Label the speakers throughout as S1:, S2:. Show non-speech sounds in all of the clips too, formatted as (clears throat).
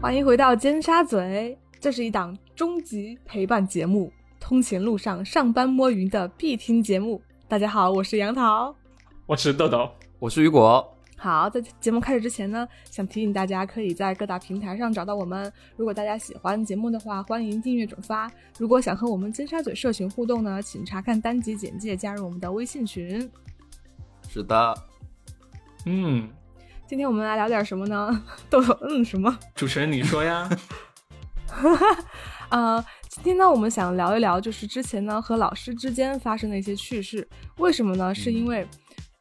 S1: 欢迎回到尖沙咀，这是一档终极陪伴节目，通勤路上、上班摸鱼的必听节目。大家好，我是杨桃。
S2: 我是豆豆，
S3: 我是雨果，
S1: 好，在节目开始之前呢，想提醒大家可以在各大平台上找到我们。如果大家喜欢节目的话，欢迎订阅转发。如果想和我们尖沙咀社群互动呢，请查看单集简介，加入我们的微信群。
S3: 是的，
S2: 嗯，
S1: 今天我们来聊点什么呢？ (laughs) 豆豆，嗯，什么？
S2: 主持人你
S1: (laughs)
S2: 说呀，
S1: 呃，今天呢，我们想聊一聊，就是之前呢和老师之间发生的一些趣事。为什么呢？是因为，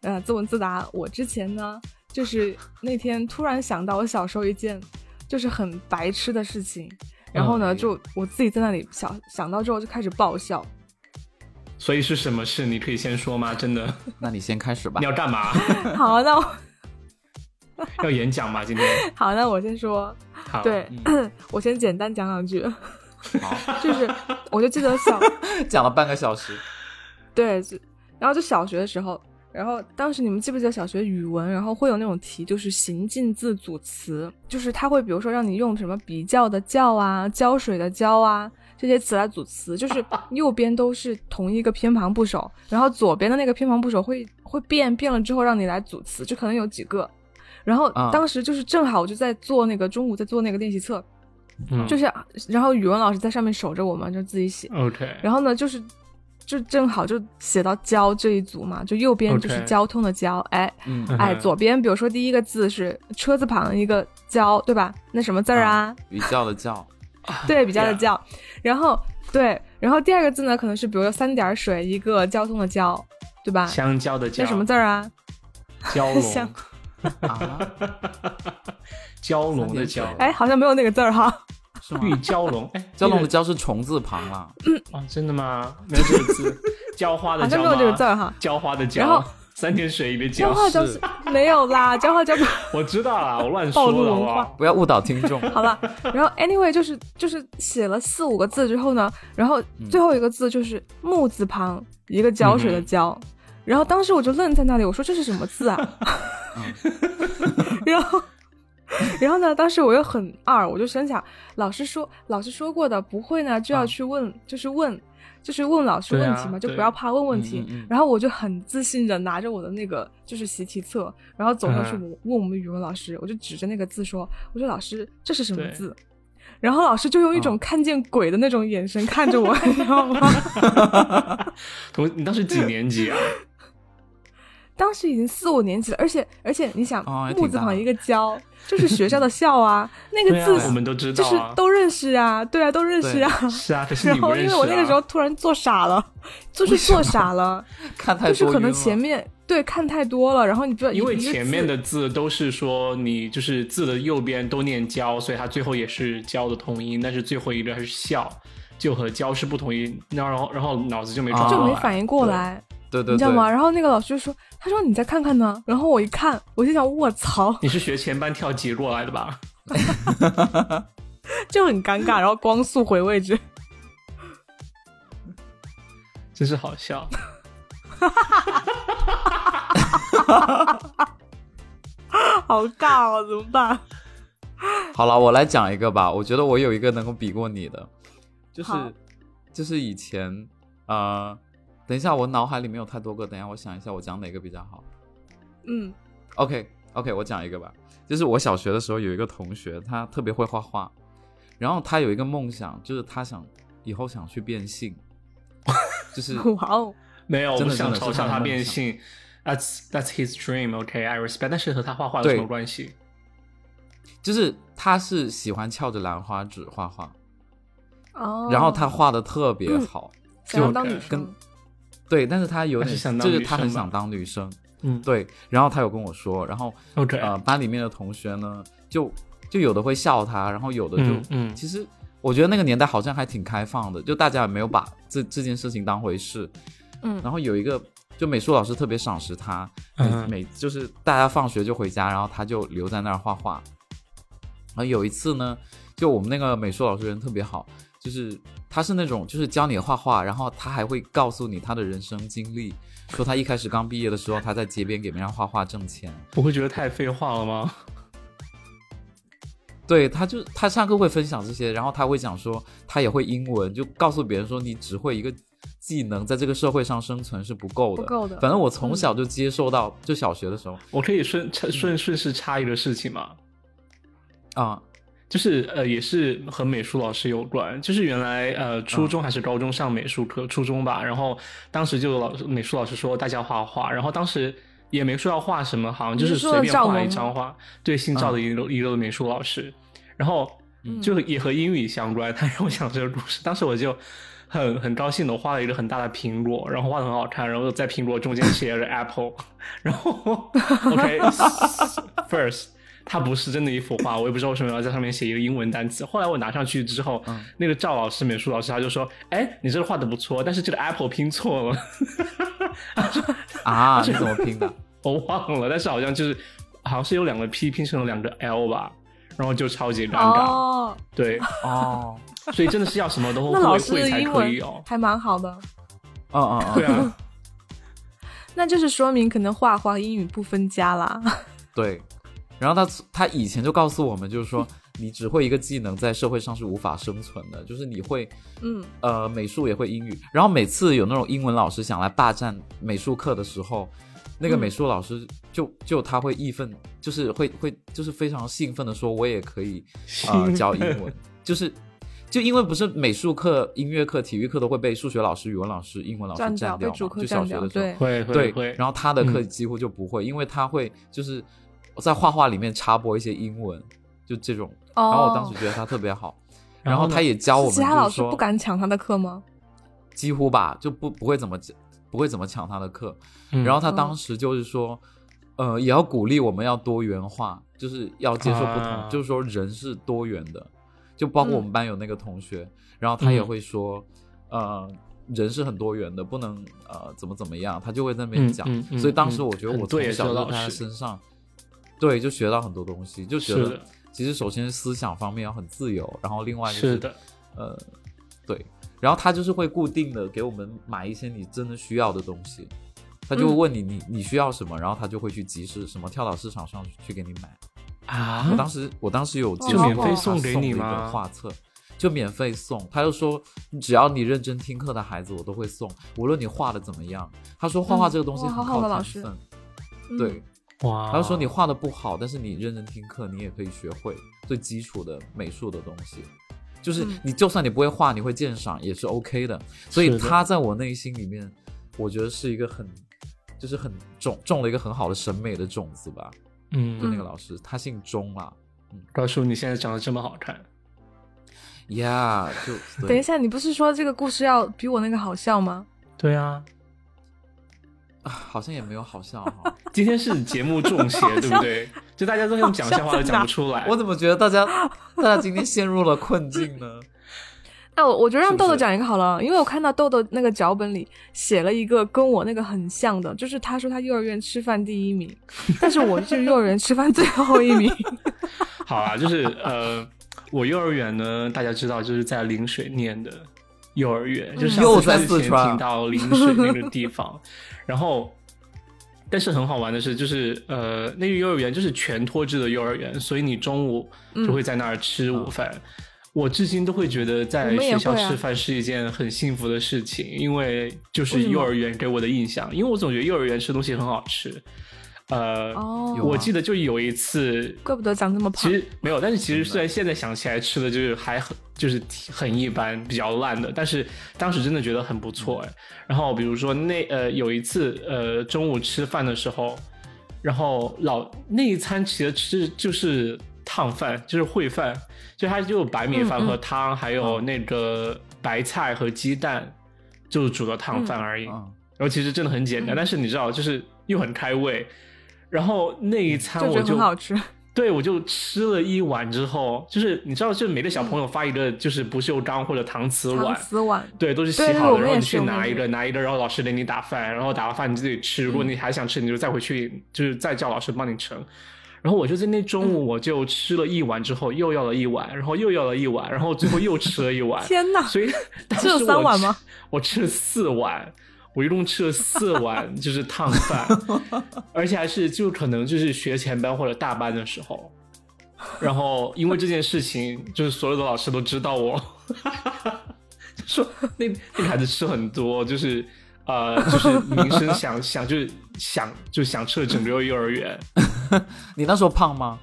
S1: 呃，自问自答，我之前呢，就是那天突然想到我小时候一件，就是很白痴的事情，然后呢，
S3: 嗯
S1: 就我自己在那里想想到之后就开始爆笑。 (laughs)
S2: 所以是什么事？你可以先说吗？真的，
S3: 那你先开始吧
S2: 你。要
S1: (laughs)
S2: 干嘛？
S1: 好，那我
S2: 要演讲吗？今天？
S1: 好，那我先说，
S2: 好，
S1: 对、 (clears throat) 我先简单讲两句， (laughs) 就是我就记得小
S3: (laughs) 讲了半个小时，
S1: 对，就然后就小学的时候，然后当时你们记不记得小学语文，然后会有那种题，就是行进字组词，就是它会比如说让你用什么比较的较啊、浇水的浇啊这些词来组词，就是右边都是同一个偏旁部首，然后左边的那个偏旁部首会会变，变了之后让你来组词，就可能有几个。然后
S3: 啊
S1: 当时就是正好我就在做那个中午在做那个练习册，
S2: 嗯，
S1: 就是啊然后语文老师在上面守着我嘛，就自己写。
S2: OK，
S1: 然后呢，就是就正好就写到交这一组嘛，就右边就是
S2: OK
S1: 交通的交，哎
S3: 嗯，
S1: 哎，
S2: 嗯
S1: 左边比如说第一个字是车字旁一个交，对吧？那什么字儿啊？
S3: 比较的较，
S1: 对，比较的
S2: Yeah
S1: 较。然后对，然后第二个字呢，可能是比如说三点水一个交通的交，对吧？
S2: 香蕉的蕉，
S1: 那什么字儿啊？
S2: 蛟龙，
S1: 香
S3: 啊，
S2: 蛟龙的
S3: 三
S2: 蛟
S3: 点，水
S1: 哎，好像没有那个字儿哈。
S3: 是吗
S1: (laughs)
S2: 玉？蛟龙，哎，
S3: 蛟龙的蛟是虫字旁啦，
S2: 啊，真的吗？没有这
S1: (laughs)
S2: 个字，浇花的
S1: 好
S2: 浇
S1: 像
S2: 吗
S1: 没有这个字儿哈
S2: 浇花的
S1: 然
S2: 浇
S1: 后，
S2: 三点水一个
S1: 交
S2: 浇，
S1: 换交
S3: 是
S1: 没有啦，交换交不。
S2: 我知
S1: (laughs)
S2: 道了，我乱
S1: 暴
S2: 说
S1: 露
S2: 的，
S1: 文
S2: 好不
S1: 化
S2: 好？
S3: 不要误导听
S1: (laughs)
S3: 众。
S1: 好了，然后 anyway 就是就是写了四五个字之后呢，然后最后一个字就是木字旁一个浇水的浇，然后当时我就愣在那里，我说这是什么字啊？ (laughs) 然后。然后呢？当时我又很二，我就心想，老师说老师说过的，不会呢就要去问，就是问，就是问老师
S2: 对
S1: 问
S2: 啊
S1: 题嘛，就不
S2: 对
S1: 要怕问问题。
S3: 嗯嗯嗯
S1: 然后我就很自信的拿着我的那个就是习题册，然后走上去问
S2: 嗯
S1: 问我们语文老师，我就指着那个字说，我说老师这是什么
S2: 对
S1: 字？然后老师就用一种
S3: 嗯
S1: 看见鬼的那种眼神看着
S2: (laughs)
S1: 我，你知道吗？
S2: 同你当时几年级
S1: (laughs)
S2: 啊？
S1: 当时已经四五年级了，而且而且你想，
S3: 哦还挺
S1: 木字
S3: 大
S1: 旁
S3: 的
S1: 一个教，就是学
S2: (laughs)
S1: 校的校啊，那个
S2: 对啊
S1: 字
S2: 我们都知
S1: 就
S2: 道
S1: 是
S2: 啊，
S1: 都认识啊，对啊，都认识啊。
S2: 是啊，可是
S1: 然
S2: 你不
S1: 后
S2: 认
S1: 因
S2: 识
S1: 为我那个
S2: 啊
S1: 时候突然做傻
S2: (laughs)
S1: 了，就是做傻了，
S3: 看太
S1: 就
S3: 多，
S1: 是可能前，
S2: (laughs)
S1: 面对看太多了，然后你不知道
S2: 因
S1: 呃
S2: 为
S1: 一个
S2: 前
S1: 字
S2: 面的字都是说你就是字的右边都念“交”，所以它最后也是“交”的同音，但是最后一个还是“笑”，就和“交”是不同音。那然后然后脑子就没转
S3: 啊
S1: 就
S2: 过
S1: 没
S2: 来
S1: 反应过来，
S3: 对对对，
S1: 你知道吗？然后那个老师就说：“他说你再看看呢。”然后我一看，我就想卧槽，
S2: 你是学前班跳级过来的吧？
S1: (laughs) 就很尴尬，然后光速回位置。
S2: 真是好笑。
S1: 好尬哦，怎么办？
S3: 好了，我来讲一个吧。我觉得我有一个能够比过你的，就是
S1: 好
S3: 就是以前呃，等一下，我脑海里面有太多个，等一下我想一下，我讲哪个比较好。
S1: 嗯
S3: OK OK，我讲一个吧，就是我小学的时候有一个同学，他特别会画画，然后他有一个梦想，就是他想以后想去变性，就是
S1: (laughs) 哇 (laughs) 哦，
S2: 没有，我
S3: 真
S2: 不
S3: 的
S2: 想
S3: 真的
S2: 嘲
S3: 是
S2: 笑
S3: 他的
S2: 他
S3: 梦
S2: 变
S3: 想
S2: 性。That's that's his dream. OK, I respect. 但是和他画画有
S3: 对
S2: 什么关系？
S3: 就是他是喜欢翘着兰花指画画，
S1: 哦，嗯
S3: 然后他画的特别好，
S1: 想要
S2: 就
S1: 当
S2: 跟
S1: 女生，
S3: 对，但是他有
S2: 他
S3: 点
S2: 是想当
S3: 就是
S2: 女
S3: 他很
S2: 生吧
S3: 想当女生，
S2: 嗯
S3: 对，然后他有跟我说，然后
S2: ，OK，
S3: 呃班里面的同学呢，就就有的会笑他，然后有的就、
S2: 嗯嗯
S3: 其实我觉得那个年代好像还挺开放的，就大家也没有把这这件事情当回事。
S1: 嗯
S3: 然后有一个就美术老师特别赏识他，每、
S2: 嗯
S3: 每就是大家放学就回家，然后他就留在那儿画画。然后有一次呢，就我们那个美术老师人特别好，就是他是那种就是教你画画，然后他还会告诉你他的人生经历，说他一开始刚毕业的时候，他在街边给别人画画挣钱。
S2: 我会觉得太废话了吗？
S3: 对，他就他上课会分享这些，然后他会讲说他也会英文，就告诉别人说你只会一个技能，在这个社会上生存是不够的。
S1: 不够的嗯
S3: 反正我从小就接受到，就小学的时候
S2: 我可以顺插顺顺势插一个事情吗？
S3: 啊，
S2: 就是呃，也是和美术老师有关。就是原来呃，初中还是高中上美术课，初中吧。然后当时就有老师美术老师说大家画画，然后当时也没说要画什么，好像就是
S1: 你是
S2: 随
S1: 说
S2: 便
S1: 赵
S2: 画
S1: 萌
S2: 一张画。对，姓赵的一个一个美术老师，然后
S1: 嗯
S2: 就也和英语相关。他让我想这个故事，当时我就。很很高兴的，我画了一个很大的苹果，然后画的很好看，然后在苹果中间写着 apple，然 (laughs) 后 (laughs)
S1: (laughs)
S2: OK first，它不是真的一幅画， (laughs) 我也不知道为什么要在上面写一个英文单词。后来我拿上去之后，
S3: 嗯
S2: 那个赵老师美术老师他就说：“哎，你这个画的不错，但是这个 apple 拼错了， (laughs)
S3: 啊，你怎么拼的？
S2: 我忘了，但是好像就是好像是有两个 p 拼成了两个 l 吧，然后就超级尴尬。
S1: 哦，
S2: 对，
S1: (laughs)
S3: 哦，
S2: 所以真的是要什么都
S1: 那老
S2: 会
S1: 师
S2: 会
S1: 的
S2: 才
S1: 英
S2: 可以
S1: 文
S2: 哦。
S1: 还蛮好的，
S3: 哦哦
S2: 对
S3: 哦， (laughs)
S2: 啊，
S1: 那就是说明可能画画英语不分家啦。
S3: 对。然后他他以前就告诉我们，就是说你只会一个技能，在社会上是无法生存的，就是你会
S1: 嗯，
S3: 呃，美术也会英语。然后每次有那种英文老师想来霸占美术课的时候，那个
S1: 嗯
S3: 美术老师就、就他会义愤，就是会会就是非常兴奋的说，我也可以呃教英
S1: (laughs)
S3: 文，就是。就因为不是美术课、音乐课、体育课都会被数学老师、语文老师、英文老师
S1: 占
S3: 掉
S1: 被
S3: 嘛？
S1: 主课
S3: 就小
S1: 占
S3: 学
S1: 掉，
S3: 的时候，
S1: 对，
S2: 会
S3: 对
S2: 会会。
S3: 然后他的课
S2: 嗯
S3: 几乎就不会，因为他会就是在画画里面插播一些英文，就这种。然后我当时觉得他特别好，
S2: (laughs)
S3: 然
S2: 然后
S3: 后
S2: 呢
S3: 他也教我们，
S1: 哦其他老
S3: 就是
S1: 师
S3: 说
S1: 不敢抢他的课吗？
S3: 几乎吧，就不不会怎么不会怎么抢他的课。
S2: 嗯
S3: 然后他当时就是说，呃，也要鼓励我们要多元化，就是要接受不同，
S2: 啊
S3: 就是说人是多元的，就包括我们班有那个同
S2: 嗯
S3: 学，然后他也会说，呃，人是很多元的，不能呃怎么怎么样，他就会在那边
S2: 嗯
S3: 讲。
S2: 嗯嗯
S3: 所以当时
S2: 嗯
S3: 我觉得
S2: 很
S3: 我从
S2: 对
S3: 小
S2: 这个
S3: 就
S2: 老
S3: 在他
S2: 师
S3: 身上，对，就学到很多东西，就觉
S2: 是
S3: 得
S2: 的，
S3: 其实首先是思想方面要很自由，然后另外就是
S2: 是的，
S3: 呃，对，然后他就是会固定的给我们买一些你真的需要的东西，他
S1: 嗯
S3: 就会问你、你你需要什么，然后他就会去集市什么跳蚤市场上去给你买。
S2: 啊
S3: 我当时我当时有接
S1: 就
S3: 受
S1: 免
S3: 过
S1: 费
S3: 他
S2: 送
S3: 送
S2: 给
S3: 的
S2: 你
S3: 一本
S2: 吗
S3: 画册就免费送，他就说只要你认真听课的孩子，我都会送，无论你画的怎么样。他说画画
S1: 嗯
S3: 这个东西
S1: 哇好
S3: 很
S1: 好
S3: 靠
S1: 的老
S3: 天
S1: 师
S3: 分，
S1: 嗯
S3: 对。
S2: 哇！
S3: 他就说你画的不好，但是你认真听课，你也可以学会最基础的美术的东西。就是
S1: 嗯
S3: 你就算你不会画，你会鉴赏也是 OK 的。所以
S2: 是的
S3: 他在我内心里面，我觉得是一个很，就是很种种了一个很好的审美的种子吧。就
S2: 嗯，
S3: 那个老师，他姓钟啊
S2: 告诉你现在长得这么好看，
S3: ，Yeah，就
S1: (laughs) 等一
S3: 对
S1: 下，你不是说这个故事要比我那个好笑吗？
S2: 对啊，
S3: 啊，好像也没有好笑哈。
S2: 今天是节目中邪，对不对？就大家都用讲笑话都讲不出来。
S3: 我怎么觉得大家大家今天陷入了困境
S2: (laughs)
S3: 呢？
S1: 那我我就让
S2: 是不
S1: 豆
S2: 是
S1: 豆讲一个好了，因为我看到豆豆那个脚本里写了一个跟我那个很像的，就是他说他幼儿园吃饭第一名，但是我是幼儿园吃饭最后一
S2: (laughs)
S1: 名。
S2: 好啊，就是呃，我幼儿园呢，大家知道就是在陵水念的幼儿园，就是
S3: 又
S2: 上次
S3: 在
S2: 之
S3: 四
S2: 前
S3: 川啊
S2: 听到陵水那个地方，然后。但是很好玩的是，就是呃，那个幼儿园就是全托制的幼儿园，所以你中午就
S1: 嗯
S2: 会在那儿吃午饭。我至今都会觉得
S1: 我
S2: 在
S1: 们也
S2: 学校
S1: 会啊
S2: 吃饭是一件很幸福的事情，因为就
S1: 为
S2: 是
S1: 什么
S2: 幼儿园给我的印象，因为我总觉得幼儿园吃东西很好吃。呃，
S1: 哦，
S3: 有
S2: 我
S3: 吗
S2: 记得就有一次
S1: 怪不得长这么
S2: 其
S1: 胖。
S2: 实没有，但是其实虽然现在想起来吃的就是还很就是很一般，比较烂的，但是当时真的觉得很不错哎。然后比如说那呃有一次呃中午吃饭的时候，然后老那一餐其实吃就是烫饭，就是烩饭，就它就有白米饭
S1: 嗯嗯
S2: 和汤，还有那个白菜和鸡蛋，就煮的烫饭而已。
S3: 嗯，
S2: 然后其实真的很简单，
S1: 嗯
S2: 但是你知道就是又很开胃。然后那一餐
S1: 就觉
S2: 我
S1: 得很好吃，
S2: 对，我就吃了一碗之后，就是你知道，就是每个小朋友发一个就是不锈钢或者搪瓷
S1: 搪
S2: 碗，
S1: 瓷碗，
S2: 对，都是洗
S1: 对对
S2: 好
S1: 我
S2: 的，
S1: 们
S2: 然后
S1: 也
S2: 你
S1: 是
S2: 去
S1: 我们
S2: 拿
S1: 也
S2: 一
S1: 是，
S2: 个，拿一个，然后老师给你打饭，然后打完饭你自己吃，如果你还想吃，你就再回去就是再叫老师帮你盛。然后我就在那中午我就吃了一碗之后，又要了一碗，然后又要了一碗，然后最后又吃了一碗 (laughs)
S1: 天哪！(laughs)
S2: 所以当
S1: 只有
S2: 时
S1: 三
S2: 我
S1: 碗
S2: 吃
S1: 吗？
S2: 我吃了四碗，我一共吃了四碗就是
S1: (laughs)
S2: 烫饭，而且还是就可能就是学前班或者大班的时候，然后因为这件事情，就是所有的老师都知道我， (laughs) 就说那那个孩子吃很多，就是呃，就是名声响响，就是响就响彻整个幼儿园。
S3: 你那时候胖吗？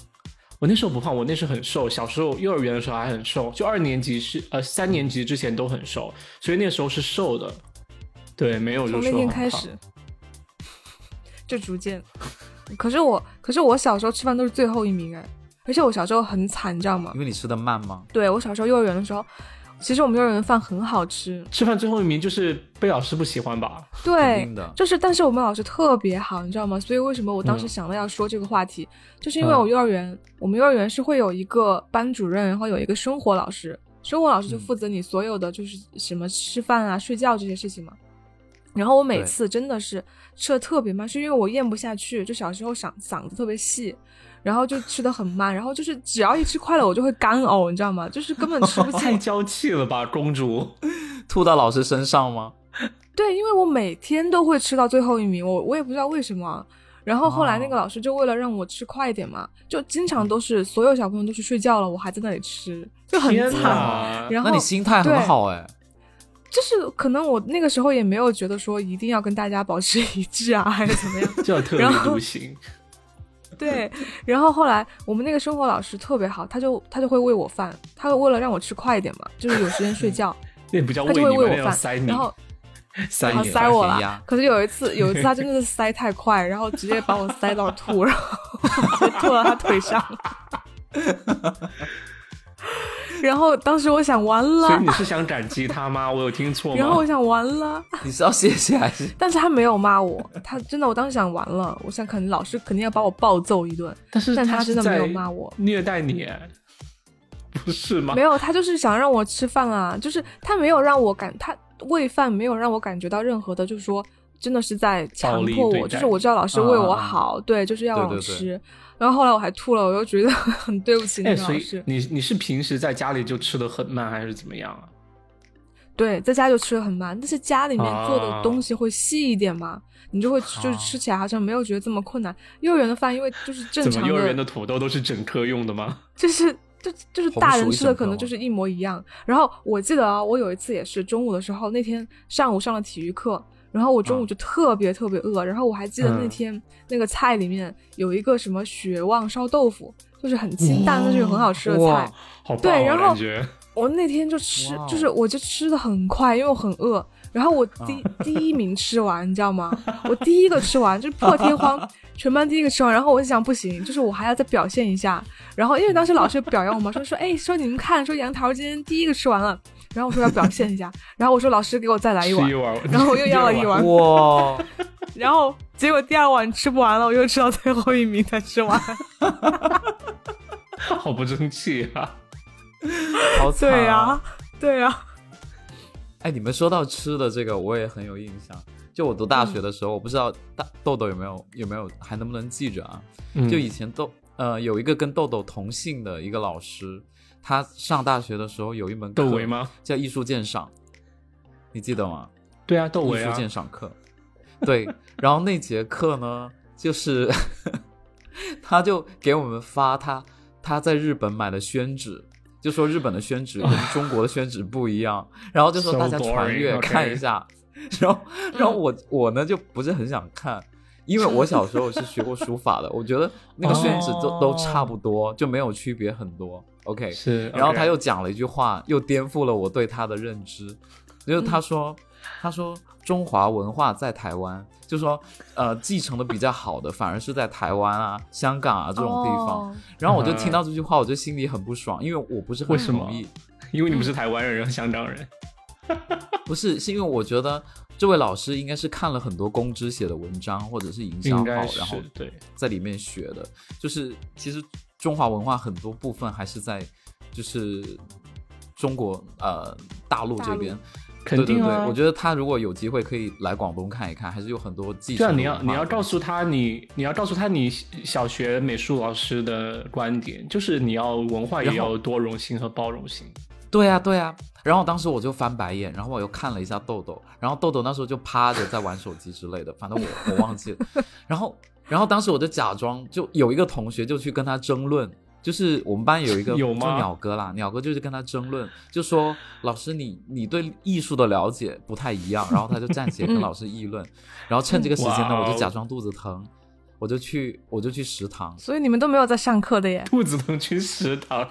S2: 我那时候不胖，我那时候很瘦，小时候幼儿园的时候还很瘦，就二年级是呃三年级之前都很瘦，所以那时候是瘦的。对，没有就
S1: 从
S2: 说
S1: 那天
S2: 很
S1: 开
S2: 胖
S1: 始，就逐渐。可是我，可是我小时候吃饭都是最后一名哎，而且我小时候很惨，你知道吗
S3: 因？为你吃的慢吗？
S1: 对我小时候幼儿园的时候，其实我们幼儿园的饭很好吃，
S2: 吃饭最后一名就是被老师不喜欢吧？
S3: 肯
S1: 对
S3: 定，的。
S1: 就是但是我们老师特别好，你知道吗？所以为什么我当时
S2: 嗯
S1: 想到要说这个话题，就是因为
S2: 嗯
S1: 我幼儿园，我们幼儿园是会有一个班主任，然后有一个生活老师，生活老师就
S3: 嗯
S1: 负责你所有的就是什么吃饭啊、睡觉这些事情嘛。然后我每
S3: 对
S1: 次真的是吃的特别慢，是因为我咽不下去，就小时候嗓嗓子特别细，然后就吃的很慢，然后就是只要一吃快了，我就会干呕，你知道吗？就是根本吃不
S2: (laughs)
S3: (laughs)
S2: 太
S1: 进。
S2: 娇气了吧，公主！
S3: 吐到老师身上吗？
S1: 对，因为我每天都会吃到最后一名，我我也不知道为什么。啊然后后来那个
S3: 哦
S1: 老师就为了让我吃快一点嘛，就经常都是所有小朋友都去睡觉了，我还 (laughs) 在那里吃，就很
S2: 天
S1: 惨。啊
S2: 哪！
S1: 然后
S3: 那你心态很
S1: 对
S3: 好哎、
S1: 就是可能我那个时候也没有觉得说一定要跟大家保持 (laughs) 一致啊，还是怎么样。 (laughs)
S2: 就特立
S1: 然后
S2: 独行，
S1: 对，然后后来我们那个生活老师特别好，他就他就会喂我饭，他会为了让我吃快一点嘛，就是有时间睡觉，
S2: 那不叫
S1: 他
S2: 喂
S1: 就会
S2: 你们，
S1: 喂
S2: 那
S1: 我
S2: 叫
S1: 饭
S2: 塞，
S3: 嗯
S2: 你
S1: 然，后
S3: 塞
S1: 然后
S3: 你
S1: 塞我
S3: 塞谁
S1: 了
S3: 呀。
S1: 可是有一次，有一次他真的是塞太快，然后直接把我塞到吐，然后 (laughs) 直接吐到他腿上。然后当时我想完
S2: 所
S1: 了
S2: 以，你是想斩鸡他吗？我有听错
S1: 然后我
S2: 吗？
S1: 想完了，
S3: 你是要谢谢还
S2: (laughs)
S3: 是？
S1: 但是他没有骂我，他真的我当时想完了，我想可能老师肯定要把我暴揍一顿，
S2: 但是
S1: 但
S2: 他
S1: 他
S2: 是
S1: 真的没有
S2: 在
S1: 骂我
S2: 虐待你，不是吗？
S1: 没有，他就是想让我吃饭啊，就是他没有让我感，他喂饭没有让我感觉到任何的，就是说真的是在强
S2: 暴力
S1: 迫
S2: 对
S1: 我，就
S2: 待
S1: 是我知道老师为我
S3: 啊啊啊
S1: 好，对，就是要
S3: 对
S1: 让我
S3: 对对
S1: 吃。然后后来我还吐了，我又觉得很对不起那
S2: 哎，
S1: 个
S2: 所
S1: 老
S2: 以
S1: 师。
S2: 你你是平时在家里就吃的很慢，还是怎么样啊？
S1: 对，在家就吃的很慢，但是家里面做
S2: 啊
S1: 的东西会细一点嘛，你就会就是
S3: 啊
S1: 吃起来好像没有觉得这么困难。幼儿园的饭因为就是正
S2: 怎么
S1: 常
S2: 幼儿
S1: 的
S2: 园的土豆都是整颗用的吗？
S1: 就是就就是
S3: 红
S1: 大
S3: 薯
S1: 人
S3: 一
S1: 吃的
S3: 整
S1: 可
S3: 个
S1: 能
S3: 吗
S1: 就是一模一样。然后我记得啊，我有一次也是中午的时候，那天上午上了体育课，然后我中午
S3: 嗯
S1: 就特别特别饿，然后我还记得那
S2: 嗯
S1: 天那个菜里面有一个什么雪旺烧豆腐，就是很清淡但是又很好吃的
S3: 哇
S1: 菜。
S2: 好棒、
S1: 对
S2: 啊，
S1: 然后
S2: 感觉
S1: 我那天就吃
S3: 哇，哦
S1: 就是我就吃的很快，因为我很饿。然后我第、
S3: 啊
S1: 第一名吃完，你知道吗？我第一个吃完，就是破天
S3: (laughs)
S1: 荒，全班第一个吃完。然后我就想不行，就是我还要再表现一下。然后因为当时老师表扬我嘛，说说哎，说你们看，说杨桃今天第一个吃完了。然后我说要表现一下，然后我说老师给我再来一
S2: (laughs) 吃
S1: 碗
S2: 一，碗，
S1: 然后我又要了一碗，
S3: 哇，
S1: 然后结果第二碗吃不完了，我又吃到最后一名才吃
S3: (laughs)
S1: 完。
S2: 好不争气啊！
S3: 好惨、啊
S1: 对啊呀、！对呀、
S3: 哎，你们说到吃的这个，我也很有印象。就我读大学的时候，我不知道大豆豆有没有有没有还能不能记着啊？
S2: 嗯
S3: 就以前豆呃有一个跟豆豆同姓的一个老师，他上大学的时候有一门
S2: 窦
S3: 课
S2: 唯吗？
S3: 叫艺术鉴赏，你记得吗？
S2: 对啊，窦唯
S3: 艺术
S2: 啊，
S3: 鉴赏课。对，然后那节课呢，就是 (laughs) 他就给我们发他他在日本买的宣纸，就说日本的
S2: (laughs)
S3: 宣纸跟中国的宣纸不一样，然后就说
S2: So
S3: 大家传阅
S2: boring, okay
S3: 看一下。然后，然后我我呢就不是很想看。因为我小时候是学过书法的，我觉得那个宣纸都都差不多，就没有区别很多。OK，
S2: 是，
S3: 然后
S2: OK
S3: 他又讲了一句话，又颠覆了我对他的认知，就是他说，
S2: 嗯
S3: 他说中华文化在台湾，就说呃继承的比较好的反而是在台湾啊、香港啊这种地方。
S1: 哦
S3: 然后我就听到这句话，我就心里很不爽，因为我不是很
S2: 为什么
S3: 同意，
S2: 因为你不
S1: 嗯
S2: 是台湾人，然后香港人，
S3: 不是是因为我觉得这位老师应该是看了很多公知写的文章或者是营销
S2: 应
S3: 号，
S2: 该是
S3: 然后
S2: 对。
S3: 在里面学的，就是其实中华文化很多部分还是在就是中国呃大陆这边。
S2: 肯定啊
S3: 对对对，我觉得他如果有机会可以来广东看一看，还是有很多继
S2: 对
S3: 承
S2: 啊，
S3: 文化的东西。
S2: 你要你要告诉他你你要告诉他你小学美术老师的观点，就是你要文化也
S3: 然后
S2: 要多容性和包容性。
S3: 对啊对啊。然后当时我就翻白眼，然后我又看了一下豆豆，然后豆豆那时候就趴着在玩手机之类的，反正
S2: (laughs)
S3: 我我忘记了。然后然后当时我就假装就有一个同学就去跟他争论，就是我们班有一
S2: (laughs)
S3: 个
S2: 有吗
S3: 就鸟哥啦，鸟哥就是跟他争论，就说老师你你对艺术的了解不太一样，然后他就
S2: (laughs)
S3: 站起来跟老师议论，然后趁这个时间呢，
S2: 哇哦
S3: 我就假装肚子疼，我就去我就去食堂， (laughs)
S1: 所以你们都没有在上课的耶。
S2: 兔子能去食
S1: (laughs)
S2: 堂，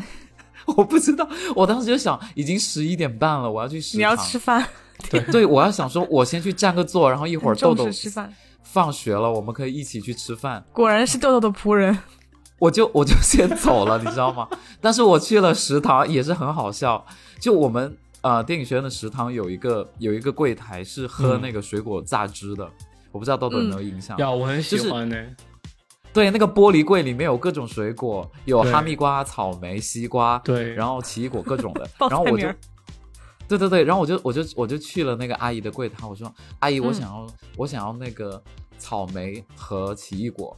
S3: 我不知道，我当时就想已经十一点半了，我要去食堂，
S1: 你要吃饭，
S3: 对对，我要想说我先去占个座，然后一会儿豆
S1: (laughs) 重
S3: 豆
S1: 视吃饭。
S3: 放学了，我们可以一起去吃饭。
S1: 果然是豆豆的仆人。，
S3: 我就 (laughs) 我就先走了，你知道吗？但是我去了食堂也是很好笑，就我们呃电影学院的食堂有一个有一个柜台是喝
S2: 嗯
S3: 那个水果榨汁的，我不知道豆豆有没有印象。
S2: 呀，我很喜
S3: 就是
S2: 欢呢、
S3: 对，那个玻璃柜里面有各种水果，有
S2: 对
S3: 哈密瓜、草莓、西瓜，
S2: 对
S3: 然后奇异果各种的
S1: (laughs) 报菜
S3: 然后我
S1: 名
S3: 就
S1: 儿。
S3: (laughs) 对对对，然后我就我就我就去了那个阿姨的柜台，我说阿姨，我
S1: 嗯
S3: 想要、我想要那个草莓和奇异果，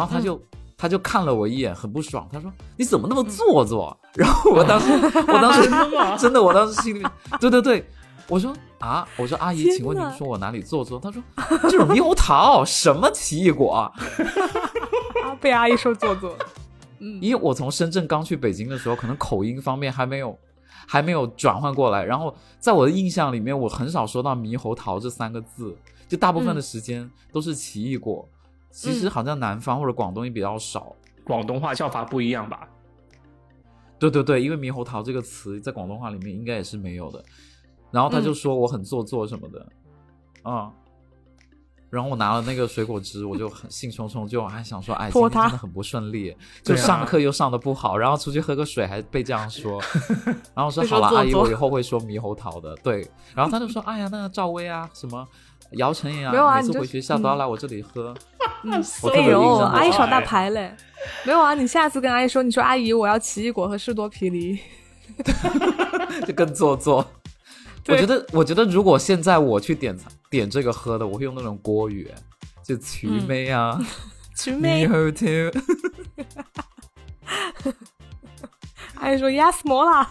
S1: 嗯
S3: 后她就、她就看了我一眼，很不爽，她说你怎么那么
S1: 嗯
S3: 做作？ (laughs) 然后我
S1: (laughs)
S3: 当时我当时真的我当时心里面对对对，我说啊，我说阿姨，
S1: 天
S3: 请问
S1: 哪
S3: 您说我哪里做作？她说这种猕猴桃什么奇异果啊？
S1: 啊，被阿姨说做 (laughs) 作。嗯，
S3: 因为我从深圳刚去北京的时候，可能口音方面还没有还没有转换过来。然后在我的印象里面，我很少说到猕猴桃这三个字，就大部分的时间都是奇异果。其实好像南方或者广东也比较少。
S2: 广东话叫法不一样吧？
S3: 对对对，因为猕猴桃这个词在广东话里面应该也是没有的。然后他
S1: 嗯
S3: 就说我很做作什么的，嗯。然后我拿了那个水果汁，我就很兴冲冲，就还想说，哎，今
S1: 泼
S3: 天
S1: 他
S3: 真的很不顺利，就
S2: 对啊
S3: 上课又上的不好，然后出去喝个水还被这
S1: (laughs)
S3: 样说，然后我说
S1: 被说
S3: 好了，
S1: 做
S3: 阿姨，
S1: 作
S3: 我以后会说猕猴桃的，对。然后他就
S1: (laughs)
S3: 说，哎呀，那赵薇啊，什么姚晨也
S1: 没有啊
S3: 每
S1: 你
S3: 次
S1: 就
S3: 回学校都要来我这
S1: (laughs)
S3: 里喝，我特
S1: 哎
S3: 别有
S1: 呦，
S3: 印象
S1: 阿姨耍大
S2: 哎
S1: 牌嘞。没有啊，你下次跟阿姨说，你说阿姨，我要奇异果和士多啤梨。 (laughs)
S3: 就更做作。我
S1: 对
S3: 觉得，我觉得如果现在我去点餐点这个喝的，我会用那种国语，就曲妹啊，
S1: 嗯曲
S3: 你
S1: 妹，
S3: 好听， (laughs)
S1: 阿姨说压死魔啦。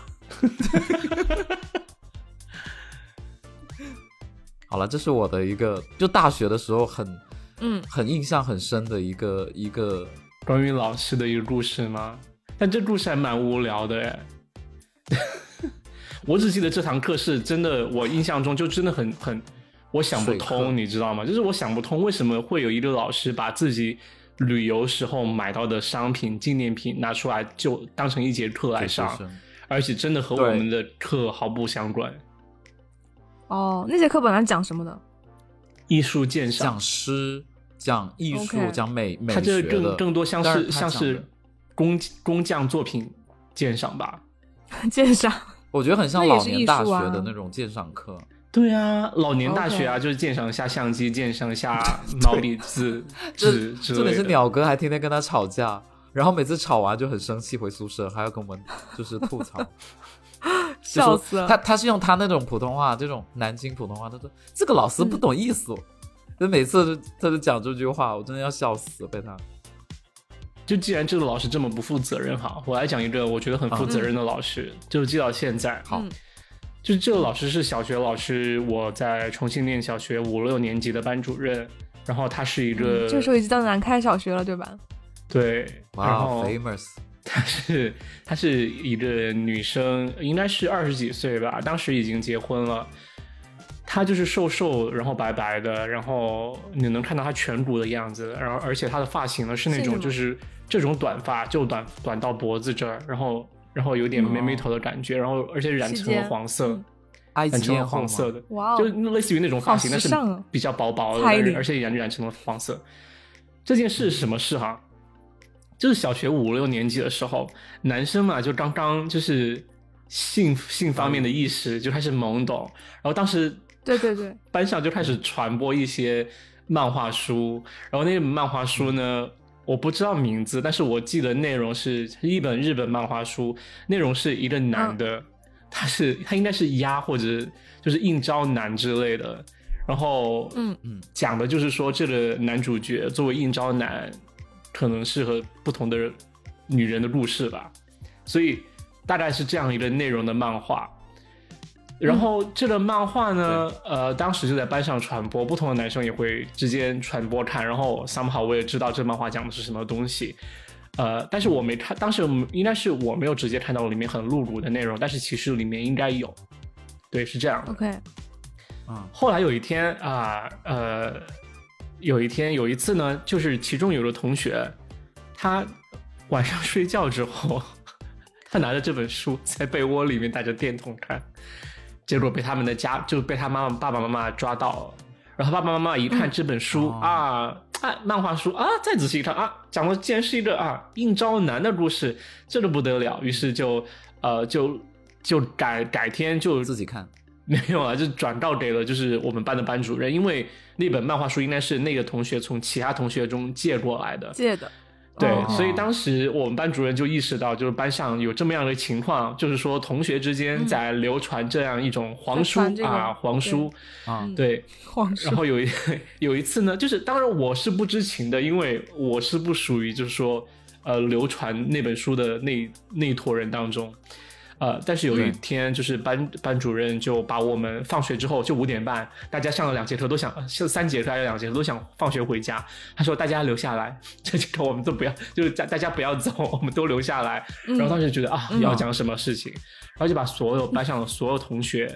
S3: 好了，这是我的一个，就大学的时候很
S1: 嗯，
S3: 很印象很深的一个一个，
S2: 关于老师的一个故事吗？但这故事还蛮无聊的哎。 (laughs) 我只记得这堂课是真的，我印象中就真的很很，我想不
S3: 水课
S2: 通，你知道吗？就是我想不通为什么会有一个老师把自己旅游时候买到的商品、纪念品拿出来就当成一节课来
S3: 学
S2: 上，
S3: 生
S2: 而且真的和我
S3: 对
S2: 们的课毫不相关。
S1: 哦，那节课本来讲什么 (laughs) 的？
S2: 艺术鉴赏
S3: 讲，诗、讲艺术、
S1: OK
S3: 讲美美
S2: 它这
S3: 学
S2: 个更
S3: 的，
S2: 更多像
S3: 但
S2: 是
S3: 他
S2: 像
S3: 讲
S2: 是
S3: 的
S2: 工工匠作品鉴赏吧。
S1: 鉴赏。
S3: 我觉得很像
S1: 那也
S3: 老
S1: 是
S3: 年
S1: 艺
S3: 大
S1: 术
S3: 学
S1: 啊
S3: 的那种鉴赏课，
S2: 对啊，老年大
S1: OK
S2: 学啊就是鉴赏一下相机，鉴赏一下毛笔字
S3: (laughs) 这
S2: 纸之
S3: 重
S2: 类
S3: 点是
S2: 的。
S3: 鸟哥还天天跟他吵架，然后每次吵完就很生气回宿舍，还要跟我们就是吐槽。就
S1: 笑
S3: 说
S1: 死了！
S3: 他他是用他那种普通话，这种南京普通话，他说这个老师不懂艺术，就每次他就讲这句话，我真的要笑死被他。
S2: 就既然这个老师这么不负责任哈，我来讲一个我觉得很负责任的老师，
S3: 嗯
S2: 就记到现在。
S3: 好
S1: 嗯
S2: 就这个老师是小学老师，我在重庆念小学五六年级的班主任，然后他是一个、
S1: 嗯这时候已经到南开小学了，对吧？
S2: 对，然
S3: 哇、
S2: 后
S3: f a m o u s
S2: 她是她是一个女生，应该是二十几岁吧，当时已经结婚了。她就是瘦瘦，然后白白的，然后你能看到她颧骨的样子，然后而且她的发型呢是那
S1: 是
S2: 种
S1: 吗
S2: 就是这种短发，就短短到脖子这儿，然后然后有
S1: 哦
S2: 点妹妹头的感觉，然后而且染
S1: 细
S2: 成了
S1: 肩
S2: 黄色，
S3: 埃
S2: 染
S3: 及
S2: 成了
S3: 艳后
S2: 黄
S3: 吗？
S2: 色的，
S1: 哇哦
S2: 就类似于那种发型，
S1: 好
S2: 但
S1: 时
S2: 是
S1: 尚啊
S2: 比较薄薄的，
S1: 蔡依林
S2: 而且染染成了黄色。这件事是什么事哈、就是小学五六年级的时候，男生嘛，就刚刚就是性性方面的意识就开始懵懂，然后当时
S1: 对对对，
S2: 班上就开始传播一些漫画书，然后那本漫画书呢，我不知道名字，但是我记得内容是一本日本漫画书，内容是一个男的，
S1: 嗯
S2: 他是他应该是鸭或者就是应招男之类的，然后
S1: 嗯
S3: 嗯，
S2: 讲的就是说这个男主角作为应招男，可能是和不同的女人的故事吧，所以大概是这样一个内容的漫画。然后这个漫画呢，呃，当时就在班上传播，不同的男生也会之间传播看，然后 somehow 我也知道这漫画讲的是什么东西，呃，但是我没看，当时应该是我没有直接看到里面很露骨的内容，但是其实里面应该有，对，是这样的。
S1: OK，
S3: 啊
S2: 后来有一天啊，呃，有一天有一次呢，就是其中有个同学，他晚上睡觉之后， (laughs) 他拿着这本书在被窝里面带着电筒看，结果被他们的家就被他妈妈爸爸妈妈抓到了。然后爸爸妈妈一看这本书、
S3: 哦
S2: 啊，啊，漫画书啊，再仔细一看啊，讲的竟然是一个啊应招男的故事，这都不得了。于是就呃就就改改天就
S3: 嗯自己看，
S2: (laughs) 没有啊，就转告给了就是我们班的班主任，因为那本漫画书应该是那个同学从其他同学中借过来的，
S1: 借的。
S2: 对，
S1: 哦
S2: 所以当时我们班主任就意识到，就是班上有这么样的情况，就是说同学之间在流传这样一种黄书、
S1: 嗯在传这个
S2: 啊，黄书，
S3: 啊
S1: 嗯
S2: 对，
S1: 黄书
S2: 然后有一 (laughs) 有一次呢，就是当然我是不知情的，因为我是不属于就是说呃流传那本书的那那一坨人当中。呃，但是有一
S3: 对
S2: 天，就是班班主任就把我们放学之后就五点半，大家上了两节课都想，呃上三节课还是两节课都想放学回家。他说大家留下来， (laughs) 这节课我们都不要，就是大大家不要走，我们都留下来。然后当时觉得
S3: 嗯
S2: 啊，要讲什么事情，然后就把所有班上的所有同学，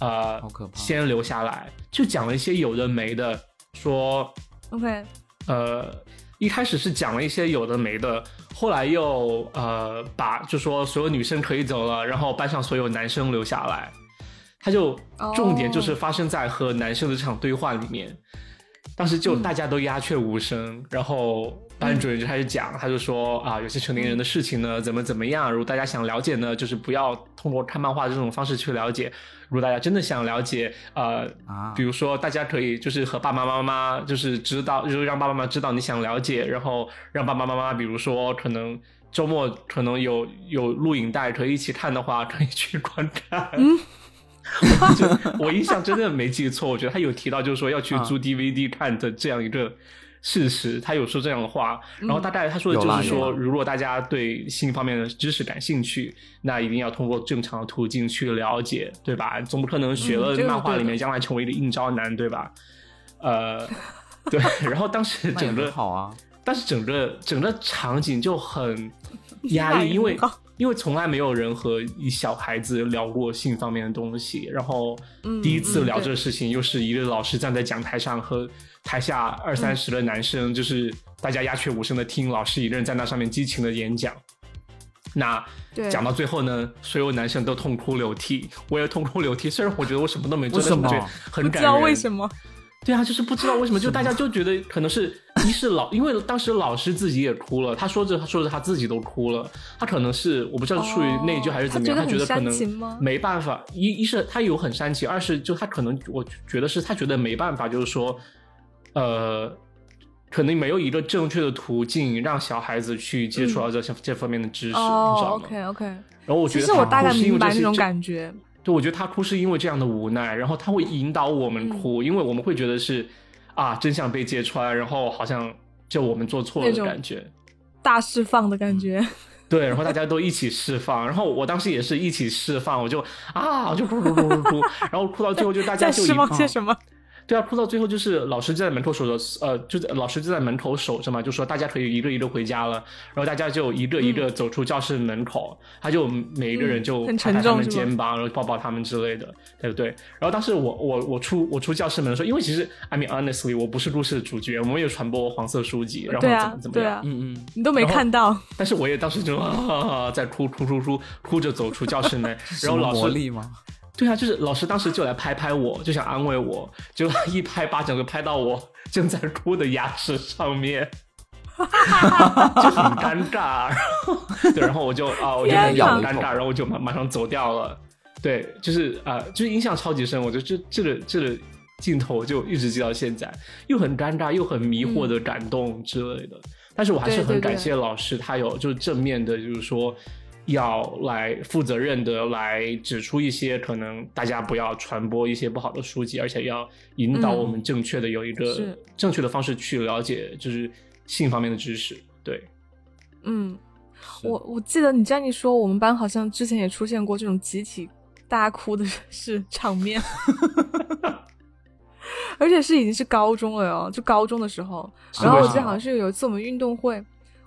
S2: 呃
S3: 好可，怕
S2: 先留下来，就讲了一些有的没的，说
S1: OK，
S2: 呃，一开始是讲了一些有的没的，后来又呃把就说所有女生可以走了，然后班上所有男生留下来，他就
S1: 哦
S2: 重点就是发生在和男生的这场对话里面。当时就大家都鸦雀无声，然后班主任就开始讲，他就说啊，有些成年人的事情呢，怎么怎么样，如果大家想了解呢，就是不要通过看漫画这种方式去了解。如果大家真的想了解，呃，
S3: 啊
S2: 比如说，大家可以就是和爸爸妈妈，就是知道，就是让爸爸妈妈知道你想了解，然后让爸爸妈妈，比如说可能周末可能有有录影带可以一起看的话，可以去观看。
S3: 嗯
S2: 我就我印象真的没记错，我觉得他有提到就是说要去租 DVD 看的这样一个事实，他有说这样的话。然后大概他说的
S3: 有
S2: 就
S3: 啦
S2: 是
S3: 有
S2: 说，
S3: 啦
S2: 如果大家对性方面的知识感兴趣，那一定要通过正常的途径去了解，对吧？总不可能学
S1: 嗯
S2: 了
S1: 这个是
S2: 漫画
S1: 对
S2: 里
S1: 的
S2: 面将来成为一个应招男，对吧？呃， (laughs) 对。然后当时
S3: 那也
S2: 整
S3: 很
S2: 个
S3: 好啊，
S2: 但是整个整个场景就很压力，因为因为从来没有人和一小孩子聊过性方面的东西，然后
S1: 嗯
S2: 第一次
S1: 嗯
S2: 聊
S1: 对
S2: 这个事情，又是一个老师站在讲台上和台下二三十的男生，就是大家鸦雀无声的听老师一个人在那上面激情的演讲。那
S1: 对
S2: 讲到最后呢，所有男生都痛哭流涕，我也痛哭流涕。虽然我觉得我什么都没做，
S3: 为什么
S2: 但是我觉得很
S1: 不
S2: 感
S1: 知
S2: 人。
S1: 道为什么，哦
S2: 对啊，就是不知道为什么，就大家就觉得可能是一是老，因为当时老师自己也哭了，他说着他说着他自己都哭了，他可能是我不知道是出于内疚还是怎么样，
S1: 哦
S2: 他
S1: 他觉
S2: 觉得
S1: 得
S2: 可
S1: 很煽情吗
S2: 能没办法，一一是他有很煽情，二是就他可能我觉得是他觉得没办法，就是说，呃。可能没有一个正确的途径让小孩子去接触到这、这方面的知识，你知道
S1: 嗯哦
S2: 吗
S1: ，OK OK，
S2: 然后我觉
S1: 其实
S2: 得
S1: 我
S2: 他
S1: 大概
S2: 哭是因
S1: 明
S2: 为这
S1: 白
S2: 些
S1: 那种
S2: 这
S1: 感觉，
S2: 对，我觉得他哭是因为这样的无奈，然后他会引导我
S1: 嗯
S2: 们哭，因为我们会觉得是啊，真相被揭穿，然后好像就我们做错了
S1: 那
S2: 的
S1: 种
S2: 感觉。
S1: 大释放的感觉，
S2: 嗯对，然后大家都一起释放，然后我当时也是一起释放，我就啊，我就哭哭哭哭哭，然后哭到最后就大家
S1: 在
S2: 就
S1: 释
S2: 一
S1: 放些什么？
S2: 对啊，哭到最后就是老师就在门口守着，呃，就在老师就在门口守着嘛，就说大家可以一个一个回家了，然后大家就一个一个走出教室门口，他就每一个人
S1: 嗯
S2: 就
S1: 嗯很
S2: 拍
S1: 沉
S2: 拍他
S1: 重
S2: 们
S1: 是吗
S2: 肩膀，然后抱抱他们之类的，对不对？然后当时我我我出我出教室门的时候，因为其实 I mean honestly 我不是故事的主角，我们也传播黄色书籍，然后怎
S1: 对
S2: 么、
S1: 啊
S2: 怎，么
S1: 对
S2: 样，
S1: 啊，
S3: 嗯嗯，
S1: 你都没
S2: 然后
S1: 看到，
S2: 但是我也当时就、 (laughs) 啊、在哭哭哭哭哭着走出教
S1: (laughs)
S2: 室门，然后
S3: 什么
S2: 老
S3: 魔
S2: 师
S3: 力吗？
S2: 对啊，就是老师当时就来拍拍我，就想 (laughs) 安慰我，结果他一拍巴掌就拍到我正在哭的牙齿上面，就很尴尬。 (laughs) 然后对，然后我就啊，我就
S1: 天
S2: 感觉
S1: 哪
S2: 很尴尬，然后我就马马上走掉了。对，就是啊、呃就是印象超级深，我觉得这这个这个镜头我就一直记到现在，又很尴尬又很迷惑的感动之类的。但是我还
S1: 嗯
S2: 是
S1: 对对
S2: 很
S1: 对
S2: 感谢老师，他有就是正面的，就是说要来负责任的来指出一些可能大家不要传播一些不好的书籍，而且要引导
S1: 嗯
S2: 我们正确的有一个
S1: 是
S2: 正确的方式去了解就是性方面的知识。对，
S1: 嗯，
S3: 是
S1: 我我记得你这样一说，我们班好像之前也出现过这种集体大家哭的 (laughs) 是场
S2: (laughs)
S1: 面，而且是已经是高中了哟，就高中的时候。
S2: 是嗯
S1: 然后
S2: 为
S1: 我
S2: 什
S1: 记得
S2: 么
S1: 好像是有一次我们运动会，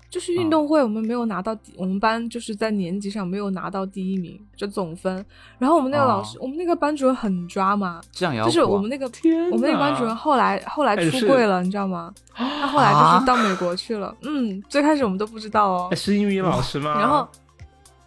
S1: 就是运动会我们没有拿到第，我们班就是在年级上没有拿到第一名，就总分。然后我们那个老师，
S3: 哦
S1: 我们那个班主任很抓嘛，
S3: 这样也要
S1: 就是
S3: 哭啊
S1: 我们
S2: (laughs)
S1: 那个
S2: 天
S1: 我们那个
S2: 哪
S1: 班主任后来后来
S2: 哎
S1: 出
S2: 是
S1: 柜了，你知道吗？他后来就
S3: 啊
S1: 是到美国去了。嗯，最开始我们都不知道哦
S2: 哎。是英语老师吗？
S1: 然后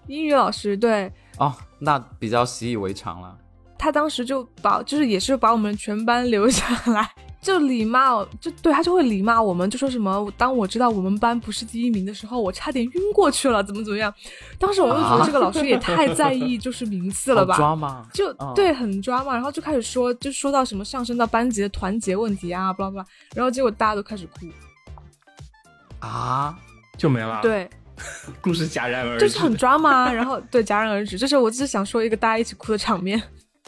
S1: 英语老师对
S3: 哦，那比较习以为常了。
S1: 他当时就把就是也是把我们全班留下来，就礼貌，就对他就会礼貌我们，就说什么当我知道我们班不是第一名的时候，我差点晕过去了，怎么怎么样。当时我就觉得
S3: 啊
S1: 这个老师也太在意就是名次了吧，
S3: 哦抓吗？
S1: 就
S3: 嗯
S1: 对，很抓嘛，然后就开始说，就说到什么上升到班级的团结问题啊，巴拉巴拉，然后结果大家都开始哭，
S3: 啊，
S2: 就没了，，
S1: 对，
S2: 故事戛然而止，
S1: 就是很抓嘛， (laughs) 然后对戛然而止，这是我只是想说一个大家一起哭的场面，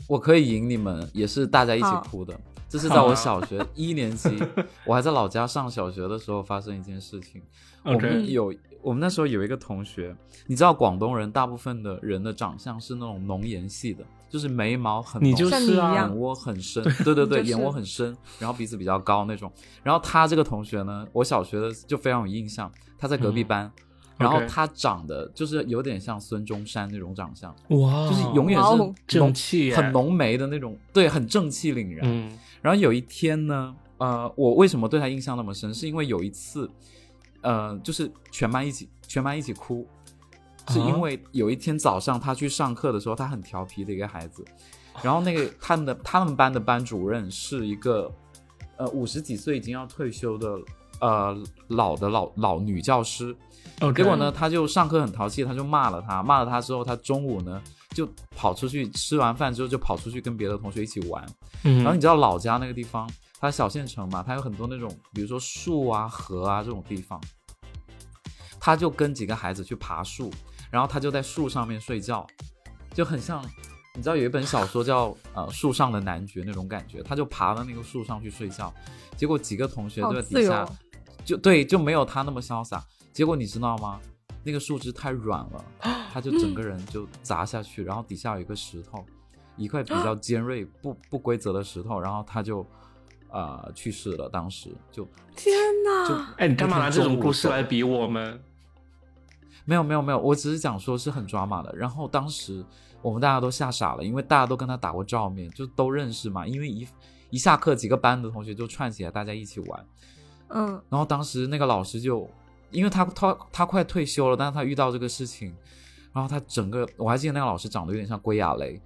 S3: 我可以赢你们，也是大家一起
S1: 好
S3: 哭的。这是
S2: 啊
S3: 在我小学一年级，
S2: (laughs)
S3: 我还在老家上小学的时候发生一件事情。我
S2: OK
S3: 们有我们那时候有一个同学，你知道广东人大部分的人的长相是那种浓颜系的，就是眉毛很浓，
S2: 你就
S1: 像你
S2: 是
S1: 一
S2: 啊
S1: 样
S3: 眼窝很深，对对对，
S1: 就是
S3: 眼窝很深，然后鼻子比较高那种。然后他这个同学呢，我小学的就非常有印象，他在隔壁
S2: 嗯
S3: 班，然后
S2: OK
S3: 他长得就是有点像孙中山那种长相，
S2: 哇，
S3: 就是永远
S1: 哇
S3: 是
S1: 哦
S3: 浓
S2: 正气耶
S3: 很浓眉的那种，对，很正气凛然。
S2: 嗯
S3: 然后有一天呢，呃，我为什么对他印象那么深？是因为有一次，呃，就是全班一起全班一起哭，是
S2: 啊
S3: 因为有一天早上他去上课的时候，他很调皮的一个孩子，然后那个
S2: (laughs)
S3: 他们的他们班的班主任是一个呃五十几岁已经要退休的呃老的老老女教师，
S2: ，OK，
S3: 结果呢，他就上课很淘气，他就骂了他，骂了他之后，他中午呢就跑出去吃完饭之后就跑出去跟别的同学一起玩，
S2: 嗯，
S3: 然后你知道老家那个地方，它小县城嘛，它有很多那种，比如说树啊、河啊这种地方，他就跟几个孩子去爬树，然后他就在树上面睡觉，就很像，你知道有一本小说叫呃《树上的男爵》那种感觉，他就爬到那个树上去睡觉，结果几个同学
S1: 好
S3: 都在
S1: 自
S3: 底
S1: 由
S3: 下
S1: 哦，
S3: 就对就没有他那么潇洒，结果你知道吗？那个树枝太软了，他就整个人就砸下去，然后底下有一个石头，一块比较尖锐、不不规则的石头，然后他就呃去世了。当时就
S1: 天
S3: 就
S1: 哪，
S2: 哎，你干嘛拿这
S3: 那天中
S2: 种
S3: 午
S2: 故事
S3: 走
S2: 来比我们？
S3: 没有没有没有，我只是讲说是很抓马的。然后当时我们大家都吓傻了，因为大家都跟他打过照面，就都认识嘛。因为一一下课，几个班的同学就串起来，大家一起玩。
S1: 嗯，
S3: 然后当时那个老师就，因为他他他快退休了，但是他遇到这个事情，然后他整个我还记得那个老师长得有点像归亚蕾，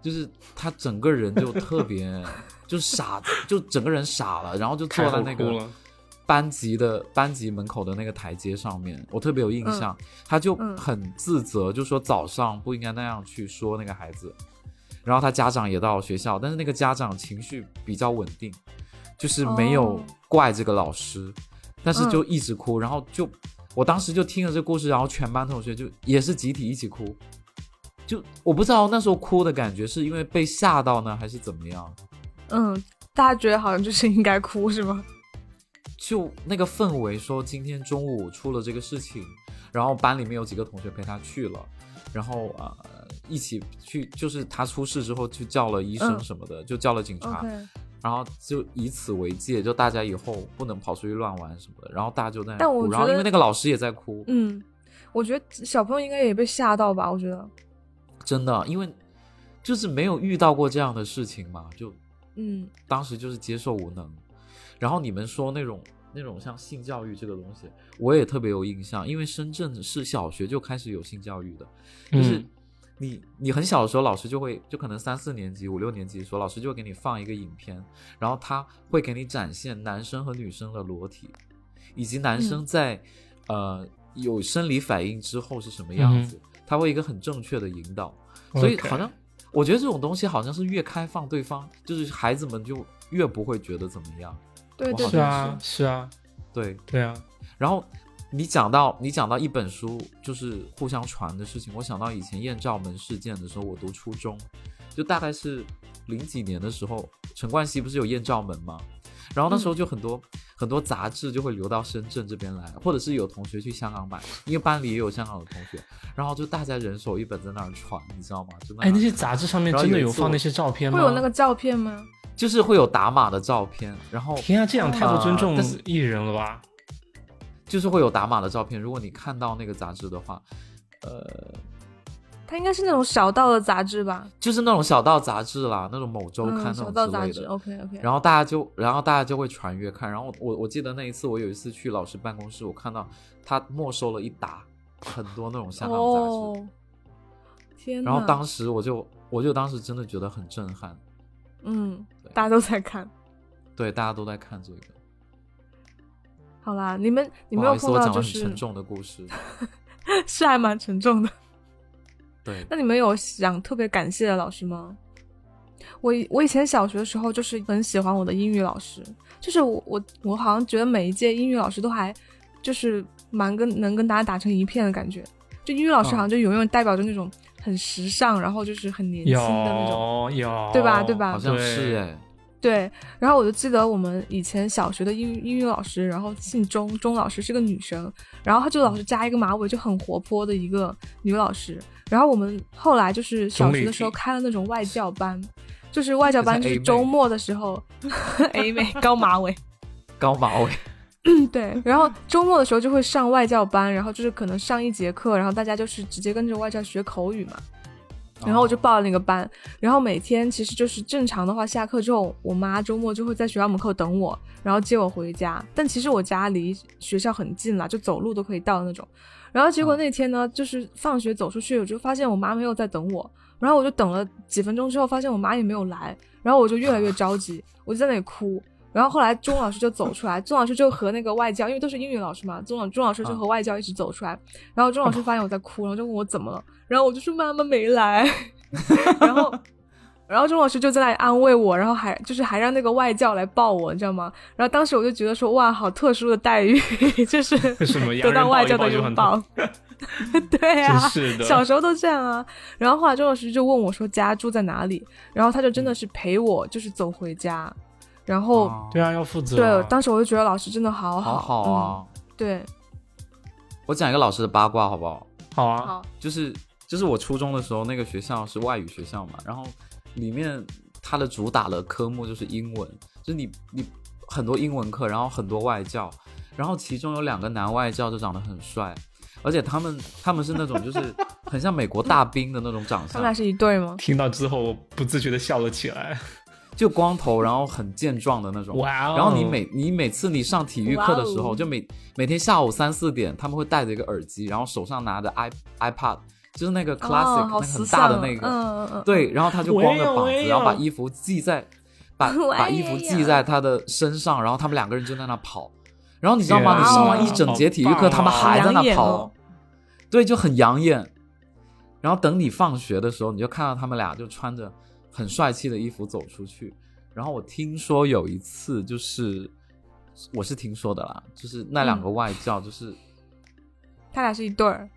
S3: 就是他整个人就特
S1: (laughs)
S3: 别就傻，就整个人傻了，然后就坐
S2: 开
S3: 在
S2: 后
S3: 那
S2: 哭
S3: 个
S2: 了，
S3: 班级的班级门口的那个台阶上面，我特别有印象，
S1: 嗯
S3: 他就很自责，就说早上不应该那样去说那个孩子，然后他家长也到学校，但是那个家长情绪比较稳定，就是没有
S1: 哦
S3: 怪这个老师，但是
S1: 嗯
S3: 就一直哭，然后就我当时就听了这故事，然后全班同学就也是集体一起哭，就我不知道那时候哭的感觉是因为被吓到呢，还是怎么样，
S1: 嗯，大家觉得好像就是应该哭是吗？
S3: 就那个氛围，说今天中午出了这个事情，然后班里面有几个同学陪他去了，然后呃一起去，就是他出事之后去叫了医生
S1: 嗯
S3: 什么的，就叫了警察
S1: OK
S3: 然后就以此为戒，就大家以后不能跑出去乱玩什么的，然后大家就在那
S1: 但
S3: 哭
S1: 我觉
S3: 然后因
S1: 得
S3: 为那个老师也在哭，
S1: 嗯，我觉得小朋友应该也被吓到吧，我觉得，
S3: 真的，啊因为就是没有遇到过这样的事情嘛，就
S1: 嗯，
S3: 当时就是接受无能。然后你们说那种那种像性教育这个东西，我也特别有印象，因为深圳是小学就开始有性教育的，就是
S2: 嗯
S3: 你你很小的时候，老师就会就可能三四年级、五六年级的时候，老师就会给你放一个影片，然后他会给你展现男生和女生的裸体，以及男
S2: 嗯
S3: 生在、呃有生理反应之后是什么样子，他会一个很正确的引导，所
S2: 嗯
S3: 以
S2: OK
S3: 好像我觉得这种东西好像是越开放，对方就是孩子们就越不会觉得怎么样，
S1: 对
S3: 我
S1: 对
S3: 好
S2: 是
S1: 对，
S3: 像
S2: 啊是啊
S3: 对，
S2: 对啊，
S3: 然后你讲到你讲到一本书就是互相传的事情，我想到以前艳照门事件的时候，我读初中，就大概是零几年的时候，陈冠希不是有艳照门吗？然后那时
S2: 嗯
S3: 候就很多、很多杂志就会流到深圳这边来，或者是有同学去香港买，因为班里也有香港的同学，然后就大家人手一本在那儿传，你知道吗？啊就那
S2: 哎，那些杂志上面
S3: 然后
S2: 真的
S3: 有一
S2: 有
S3: 次
S2: 放
S3: 我
S2: 那些照片吗？
S1: 会有那个照片吗？
S3: 就是会有打码的照片，然后
S2: 天啊，这样太不尊
S3: 啊
S2: 重
S3: 但是
S2: 艺人了吧？
S3: 就是会有打码的照片。如果你看到那个杂志的话，呃，
S1: 它应该是那种小道的杂志吧？
S3: 就是那种小道杂志啦，那种某周刊
S1: 嗯，
S3: 那
S1: 小
S3: 种
S1: 道
S3: 之
S1: 杂
S3: 类
S1: 志
S3: 的。
S1: ，OK OK。
S3: 然后大家就，然后大家就会传阅看。然后我我记得那一次，我有一次去老师办公室，我看到他没收了一沓很多那种香港杂志，
S1: 哦，天哪！
S3: 然后当时我就我就当时真的觉得很震撼。
S1: 嗯
S3: 对，
S1: 大家都在看。
S3: 对，大家都在看这个。
S1: 好啦，你们你
S3: 不
S1: 没
S3: 好
S1: 有
S3: 意思，
S1: 碰
S3: 我
S1: 到
S3: 讲了
S1: 就
S3: 很
S1: 是
S3: 沉重的故事。
S1: (laughs) 是还蛮沉重的。
S3: 对，
S1: (laughs) 那你们有想特别感谢的老师吗？我以我以前小学的时候就是很喜欢我的英语老师，就是我我我好像觉得每一届英语老师都还就是蛮跟能跟大家打成一片的感觉，就英语老师
S3: 嗯
S1: 好像就永远代表着那种很时尚，然后就是很年轻的那种，
S2: 有有，
S1: 对吧对吧
S3: 好像
S2: 对
S3: 是哎，
S1: 对。然后我就记得我们以前小学的英语英语老师，然后姓钟，钟老师是个女生，然后她就老是扎一个马尾，就很活泼的一个女老师。然后我们后来就是小学的时候
S2: 钟丽缇
S1: 开了那种外教班，就是外教班
S3: 这
S1: 就是是
S3: A 妹
S1: 周末的时候 (laughs) ，A 妹高马尾，
S3: 高马尾。
S1: 对。然后周末的时候就会上外教班，然后就是可能上一节课，然后大家就是直接跟着外教学口语嘛。然后我就报了那个班，然后每天其实就是正常的话，下课之后，我妈周末就会在学校门口等我，然后接我回家。但其实我家离学校很近啦，就走路都可以到的那种。然后结果那天呢，就是放学走出去，我就发现我妈没有在等我，然后我就等了几分钟之后，发现我妈也没有来，然后我就越来越着急，我就在那里哭。然后后来钟老师就走出来， (laughs) 钟老师就和那个外教，因为都是英语老师嘛，钟老钟老师就和外教一起走出来，然后钟老师发现我在哭，然后就问我怎么了，然后我就说妈妈没来， (laughs) 然后。然后钟老师就在那里安慰我，然后还就是还让那个外教来抱我，你知道吗？然后当时我就觉得说，哇，好特殊的待遇， (laughs) 就是
S2: (laughs) 什么洋
S1: 得
S2: 人
S1: 到
S2: 抱
S1: 外
S2: 一
S1: 教
S2: 抱
S1: 的
S2: 就
S1: 拥
S2: 很
S1: 抱。 (laughs) 对啊，
S2: 真是的
S1: 小时候都这样啊。然后后来周老师就问我说家住在哪里，然后他就真的是陪我就是走回家，然后、
S2: 对啊，要负责啊。
S1: 哦对，当时我就觉得老师真的好
S3: 好好
S1: 好
S3: 啊！
S1: 嗯，对，
S3: 我讲一个老师的八卦好不好？
S2: 好啊，
S1: 好，
S3: 就是就是我初中的时候，那个学校是外语学校嘛，然后里面它的主打的科目就是英文，就是你你很多英文课，然后很多外教，然后其中有两个男外教就长得很帅，而且他们他们是那种就是很像美国大兵的那种长
S1: 他们俩
S3: 相，
S1: 是一对吗？
S2: 听到之后我不自觉的笑了起来。
S3: 就光头，然后很健壮的那种。
S2: 哇哦！
S3: 然后你每你每次你上体育课的时
S1: 哇
S3: 候，
S1: 哦
S3: 就每每天下午三四点，他们会戴着一个耳机，然后手上拿着 i iPad，就是那个 classic、
S1: 哦、好
S3: 那个
S1: 时
S3: 很大
S1: 尚
S3: 的
S1: 啊
S3: 那个，
S1: 嗯嗯嗯，
S3: 对，然后他就
S2: 我
S3: 光
S2: 也
S3: 着
S2: 有
S3: 膀
S2: 我也
S3: 子，然后把
S2: 有
S3: 衣服系在，
S1: (laughs)
S3: 把
S1: 我
S3: 把
S1: 也
S3: 衣服系
S1: 有
S3: 在他的身上，然后他们两个人就在那跑。然后你知道吗？你
S1: 天
S3: 上完一
S1: 啊
S3: 整
S2: 好
S3: 节体育
S2: 棒
S3: 课，他们
S2: 啊
S3: 还在
S1: 养
S3: 那
S1: 眼
S3: 跑，
S1: 哦
S3: 对，就很养眼。然后等你放学的时候，你就看到他们俩就穿着很帅气的衣服走出去。然后我听说有一次，就是我是听说的啦，就是那两
S1: 嗯
S3: 个外教，就是、
S1: 他俩是一对儿，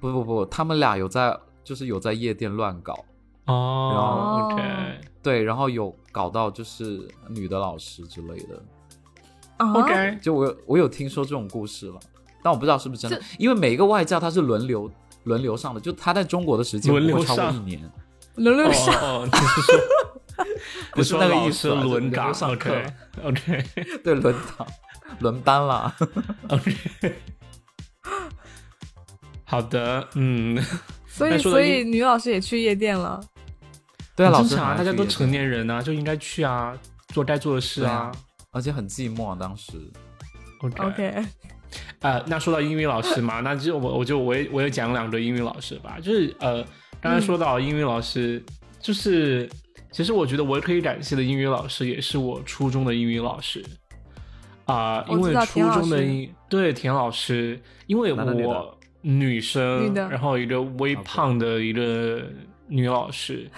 S3: 不不不，他们俩有在就是有在夜店乱搞，
S2: 哦，OK
S1: 啊
S3: 对，然后有搞到就是女的老师之类的，
S1: 啊
S2: OK，
S3: 就我有我有听说这种故事了，但我不知道是不是真的，因为每一个外教他是轮流轮流上的，就他在中国的时间
S2: 轮
S3: 不
S2: 流
S3: 会超过
S2: 上
S3: 一年，
S1: 轮
S2: 哦
S1: 流上，
S2: 哦，哦你是说
S3: 不是那个意思
S2: 你说老师
S3: 啊就是
S2: 轮
S3: 留
S2: 岗
S3: 上课
S2: ？OK OK
S3: 对，轮岗轮
S2: (laughs)
S3: 班啦。
S2: OK，好的，嗯，
S1: 所
S2: 那
S1: 以
S2: 说
S1: 所
S2: 的
S1: 以
S2: 一
S1: 女老师也去夜店了，
S3: 对啊，老
S2: 很
S3: 师
S2: 正常啊，
S3: 还
S2: 大家
S3: 去
S2: 都
S3: 夜
S2: 成
S3: 店，
S2: 年人啊，就应该去啊，做该做的事啊。
S3: 而且很寂寞，啊当时
S1: OK，
S2: 呃，那说到英语老师嘛，那就我我就我也我也讲两个英语老师吧，就是呃，刚才
S1: 嗯
S2: 说到英语老师，就是其实我觉得我可以感谢的英语老师，也是我初中的英语老师啊、
S1: 我
S2: 因
S1: 知
S2: 为
S1: 道
S2: 初
S1: 田老
S2: 中的
S1: 师
S2: 英对田老师，因为
S3: 男的女的
S2: 我女生，
S1: 女的
S2: 然后一个微
S3: OK
S2: 胖的一个女老师，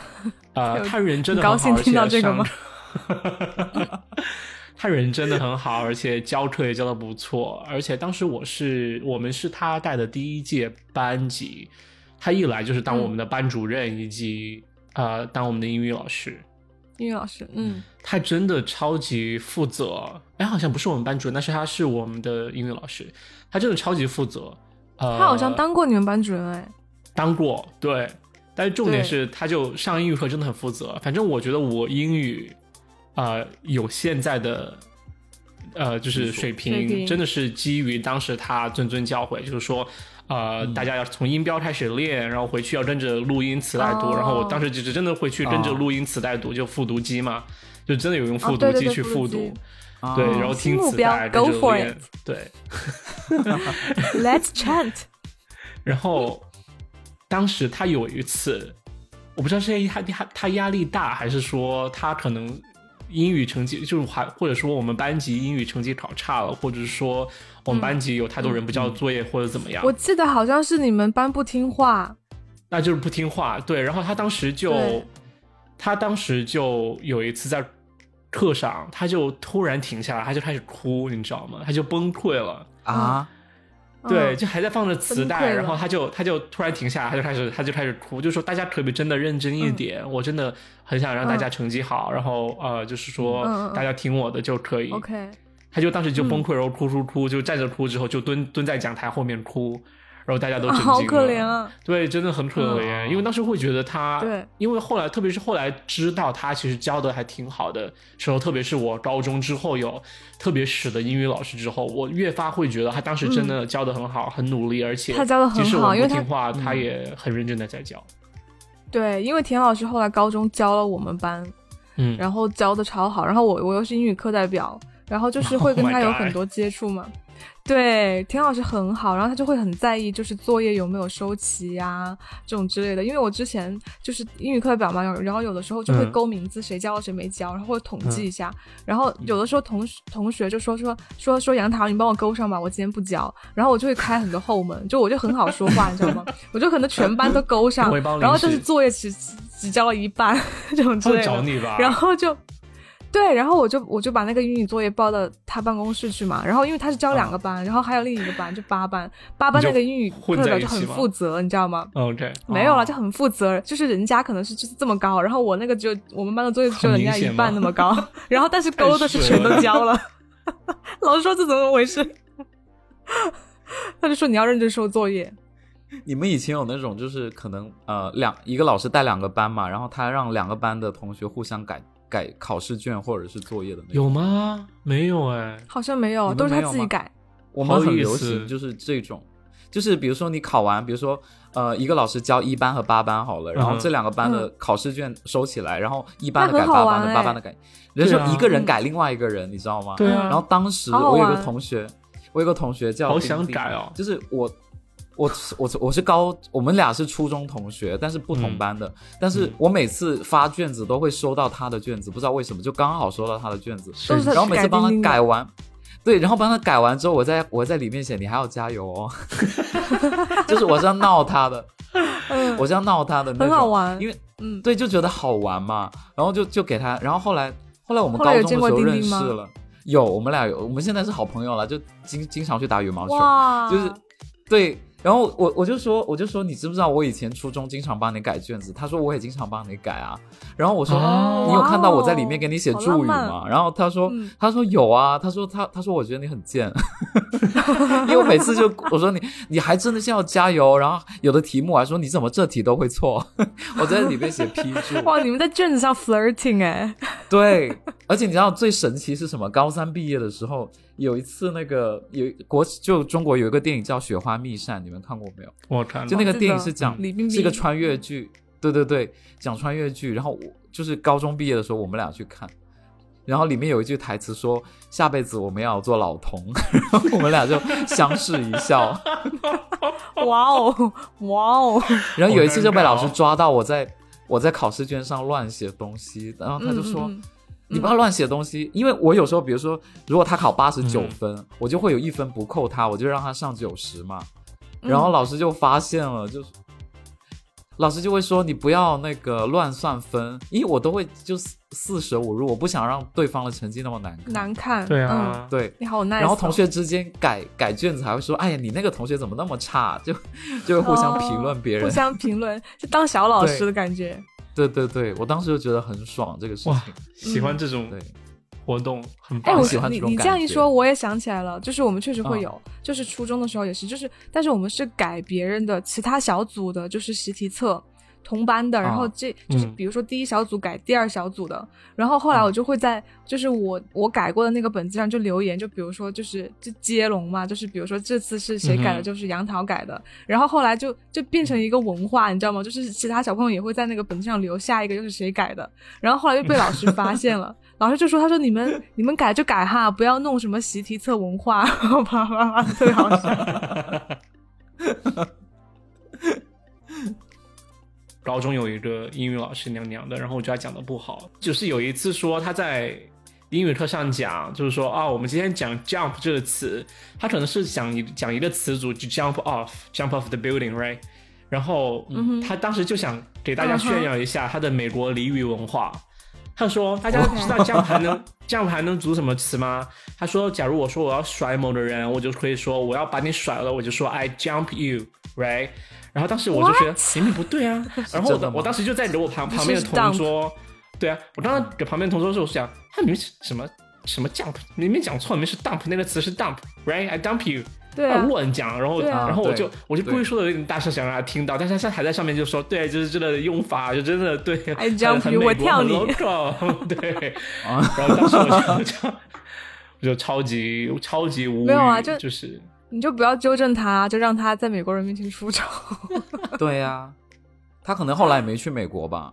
S2: 呃，
S1: 有
S2: 她人真的
S1: 很高
S2: 很好，
S1: 兴
S2: 而且
S1: 听到这个
S2: 上
S1: 吗？
S2: (laughs) 他人真的很好，而且教课也教的不错，而且当时我是我们是他带的第一届班级，他一来就是
S1: 嗯
S2: 当我们的班主任以及、呃当我们的英语老师，
S1: 英语老师，嗯，
S2: 他真的超级负责，哎好像不是我们班主任，但是他是我们的英语老师，他真的超级负责，呃，
S1: 他好像当过你们班主任哎，
S2: 当过，对。但是重点
S1: 对
S2: 是，他就上英语课真的很负责。反正我觉得我英语，呃，有现在的呃，就是水
S1: 水
S2: 平
S1: 平
S2: 真的是基于当时他谆谆教诲，就是说，呃，大家要从音标开始练，然后回去要跟着录音词来读。
S1: 哦
S2: 然后我当时就是真的回去跟着录音词来读，就复读机嘛，就真的有用复
S1: 对
S2: 读
S1: 哦对
S2: 机
S1: 对
S2: 去
S1: 复读
S2: 复
S1: 机
S2: 读，
S3: 啊
S2: 对，然后听
S1: 目
S2: 磁
S1: 标
S2: 带跟着
S1: ，go for
S2: 练，对，呃
S1: Let's
S2: (laughs)
S1: chant，
S2: 然后当时他有一次，我不知道是他他他压力大，还是说他可能英语成绩就是还或者说我们班级英语成绩考差了，或者是说我们班级有太多人不交作业或者怎么样，
S1: 嗯我记得好像是你们班不听话，
S2: 那就是不听话。对，然后他当时就
S1: 对
S2: 他当时就有一次在。课上，他就突然停下来，他就开始哭，你知道吗？他就崩溃了。
S3: 啊，
S2: 对，
S1: 嗯
S2: 就还在放着磁
S1: 崩
S2: 带，
S1: 溃了
S2: 然后他就他就突然停下来，他就开始他就开始哭，就说大家可不可以真的认真一点？我真的很想让大家成绩好，然后呃，就
S1: 嗯
S2: 是
S1: 嗯嗯
S2: 说
S1: 嗯
S2: 大家听我的就可以。
S1: ，OK，
S2: 他就当时就崩溃，然后哭哭哭，就站着哭，之后就蹲蹲在讲台后面哭，然后大家都
S1: 啊
S2: 震惊了。
S1: 好可怜啊！
S2: 对，真的很可怜，
S3: 嗯
S2: 因为当时会觉得他，
S1: 对
S2: 因为后来，特别是后来知道他其实教的还挺好的时候，特别是我高中之后有特别屎的英语老师之后，我越发会觉得他当时真的教的很好，很努力，而且
S1: 嗯他教得很
S2: 即使我
S1: 好因为
S2: 不
S1: 他
S2: 听话，他
S3: 嗯
S2: 也很认真的在教。
S1: 对，因为田老师后来高中教了我们班，
S2: 嗯，
S1: 然后教的超好，然后我我又是英语课代表，然后就是会跟
S2: Oh my
S1: 他有
S2: God
S1: 很多接触嘛。对，田老师很好，然后他就会很在意，就是作业有没有收齐呀、这种之类的。因为我之前就是英语课代表嘛，然后有的时候就会
S2: 嗯
S1: 勾名字，谁交了谁没交，然后会统计一下。然后有的时候同学同学就说说说说杨桃，你帮我勾上吧，我今天不交。然后我就会开很多后门，就我就很好说话，你知道吗？ (laughs) 我就可能全班都勾上
S2: 我也帮，你
S1: 然后但是
S2: 是
S1: 作业只只只交了一半 (laughs) 这种之类
S2: 他
S1: 的。
S2: 会找你
S3: 啊
S2: 吧？
S1: 然后就对，然后我就我就把那个英语作业报到他办公室去嘛。然后因为他是
S3: 啊
S1: 教两个班，然后还有另一个班就八
S3: (laughs)
S1: 班，八班
S2: 你就
S1: 那个英语
S2: 混
S1: 课
S2: 在
S1: 表
S2: 一
S1: 就很
S2: 起吗
S1: 负责，你知道吗？
S2: OK，
S1: 没有
S3: 哦
S1: 了，就很负责，就是人家可能是就是这么高，然后我那个只有我们班的作业只有
S2: 很
S1: 人家
S2: 明显
S1: 一半
S2: 吗
S1: 那么
S3: (laughs)
S1: 高， (laughs) 然后但是勾的是全都交了。 (laughs) 老师说这怎么回事？他就说你要认真收作业，
S3: 你们以前有那种就是可能呃两一个老师带两个班嘛，然后他让两个班的同学互相改改考试卷或者是作业的那种。
S2: 有吗？没有哎，
S1: 好像没有，
S3: 你们
S1: 都是他
S3: 没有
S1: 自己
S3: 吗
S1: 改。
S3: 我们
S2: 好
S3: 很
S2: 有意
S3: 流
S2: 思
S3: 行就是这种，就是比如说你考完，比如说呃一个老师教一班和八班好了，然后
S2: 嗯
S3: 这两个班的考试卷收起来，然后一班的
S1: 那
S3: 改
S1: 很好
S3: 八班的，
S1: 玩
S3: 八
S1: 哎
S3: 班的改，人家
S2: 对啊
S3: 说一个人改另外一个人，你知道吗？
S2: 对
S1: 嗯
S2: 啊
S3: 然，后当时
S1: 好好
S3: 我有一个
S1: 玩
S3: 同学，我有个同学
S1: 嗯
S3: 叫
S2: 好
S3: 丁
S2: 想
S3: 丁
S2: 改哦
S3: 就是我。我我我是高，我们俩是初中同学，但是不同
S2: 嗯
S3: 班的。但是
S2: 嗯
S3: 我每次发卷子都会收到他的卷子，不知道为什么，就刚好收到他的卷子。
S1: 都是他
S3: 然后每次帮
S1: 改钉钉
S3: 他
S1: 的
S3: 改完，对，然后帮他改完之后，我在我在里面写你还要加油哦， (laughs) 就是我是要闹他的，
S1: 嗯，
S3: 我是要闹他的那种，
S1: 很好玩
S3: 因为
S1: 嗯
S3: 对就觉得好玩嘛，然后就就给他，然后后来后来我们
S1: 后
S3: 高
S1: 来有
S3: 中的
S1: 见
S3: 时
S1: 过
S3: 候
S1: 钉钉
S3: 认识
S1: 吗
S3: 了，有我们俩有，我们现在是好朋友了，就经经常去打羽毛球，
S1: 哇，
S3: 就是对。然后我我就说我就说你知不知道我以前初中经常帮你改卷子？他说我也经常帮你改啊。然后我说、
S2: 哦
S3: 你有看到我在里
S1: 哇
S3: 面
S1: 哦
S3: 给你写
S1: 好
S3: 注
S1: 浪
S3: 语
S1: 漫
S3: 吗？然后他说、
S1: 嗯
S3: 他说有啊，他说他他说我觉得你很贱， (laughs) 因为我每次就我说你你还真的是要加油。然后有的题目我还说你怎么这题都会错， (laughs) 我在里面写批注。
S1: 哇，你们在卷子上 flirting 哎、
S3: 对，而且你知道最神奇是什么？高三毕业的时候，有一次那个有国就中国有一个电影叫《雪花秘扇》，你们看过没有？
S2: 我看
S3: 就
S2: 到
S3: 那个
S1: 记
S3: 电影
S1: 得
S3: 是讲
S1: 李冰冰
S3: 嗯是一个穿越剧，对对对，讲穿越剧。然后我就是高中毕业的时候，我们俩去看，然后里面有一句台词说：“下辈子我们要做老童。” (laughs) 然后我们俩就相视一笑。
S1: (laughs) 哇
S3: (laughs)
S1: 哦，哇哦，
S3: 然后有一次就被老师
S2: 好尴尬哦
S3: 抓到我在我在考试卷上乱写东西，然后他就说。
S1: 嗯嗯嗯
S3: 你不要乱写东西，因为我有时候，比如说，如果他考八十九分，我就会有一分不扣他，我就让他上九十嘛。
S1: 嗯
S3: 然后老师就发现了，就是老师就会说你不要那个乱算分，因为我都会就四舍五入，我不想让对方的成绩那么难看。
S1: 难看，
S2: 对
S1: 嗯，
S2: 啊，
S3: 对，
S1: 你好 nice，哦、
S3: 然后同学之间改改卷子还会说，哎呀，你那个同学怎么那么差，就就会互相评论别人。
S1: 哦互相评论，就当小老师的感觉，
S3: 对对对，我当时就觉得很爽这个事
S2: 哇
S3: 情。
S2: 喜欢这种
S3: 对，
S2: 活动，很
S1: 嗯哎，
S2: 棒
S1: 我
S3: 喜欢
S1: 你
S3: 这种
S1: 你
S3: 感
S1: 这样一
S3: 觉
S1: 说，我也想起来了，就是我们确实会
S3: 嗯
S1: 有，就是初中的时候也是，就是但是我们是改别人的其他小组的，就是习题册。同班的，然后
S3: 啊
S1: 这就是
S2: 嗯
S1: 比如说第一小组改第二小组的，然后后来我就会在就是我我改过的那个本子上就留言，就比如说就是就接龙嘛，就是比如说这次是谁改的，
S2: 嗯哼
S1: 就是杨桃改的，然后后来就就变成一个文化，你知道吗？就是其他小朋友也会在那个本子上留下一个又是谁改的，然后后来就被老师发现 (laughs) 了，老师就说：“他说你们你们改就改哈，不要弄什么习题册文 (laughs) 化，啪啪啪，特别好笑。
S2: 高中有一个英语老师娘娘的，然后我觉得他讲的不好，就是有一次说他在英语课上讲，就是说啊，我们今天讲 jump 这个词，他可能是讲一讲一个词组，就 jump off，jump off the building，right？然后、
S1: 嗯哼
S2: 他当时就想给大家
S1: 嗯哼
S2: 炫耀一下他的美国俚语文化。他说：“大家
S1: OK
S2: 知道 jump 还能 jump 还能组什么词吗？”他说：“假如我说我要甩某个人，我就可以说我要把你甩了，我就说 I jump you，right？” 然后当时我就觉得明明
S1: (laughs)
S2: 不对啊，然后
S3: 真的
S2: 我
S3: 吗
S2: 我当时就在给我旁
S1: 不是
S2: 旁边的
S1: 是
S2: 同桌，对啊，我当时给旁边同桌说，我想他明明是什么什么 jump，明明讲错，明明是 dump，那个词是 dump，right？I dump you，”
S1: 对
S2: 他
S1: 啊，
S2: 乱讲，然后、
S1: 对啊
S2: 然后我就
S3: 对
S2: 我就故意说的有点大声，想让他听到，但是他现在还在上面就说，对，就是这个用法，就真的对
S1: I jump
S2: 很
S1: you，
S2: 美国
S1: 我跳你
S2: 很 local，对，
S3: 啊
S2: 然后当时我就 (laughs) 我就超级超级无语，
S1: 没有啊就
S2: 就是
S1: 你就不要纠正他，就让他在美国人面前出丑。
S3: 对呀、他可能后来也没去美国吧？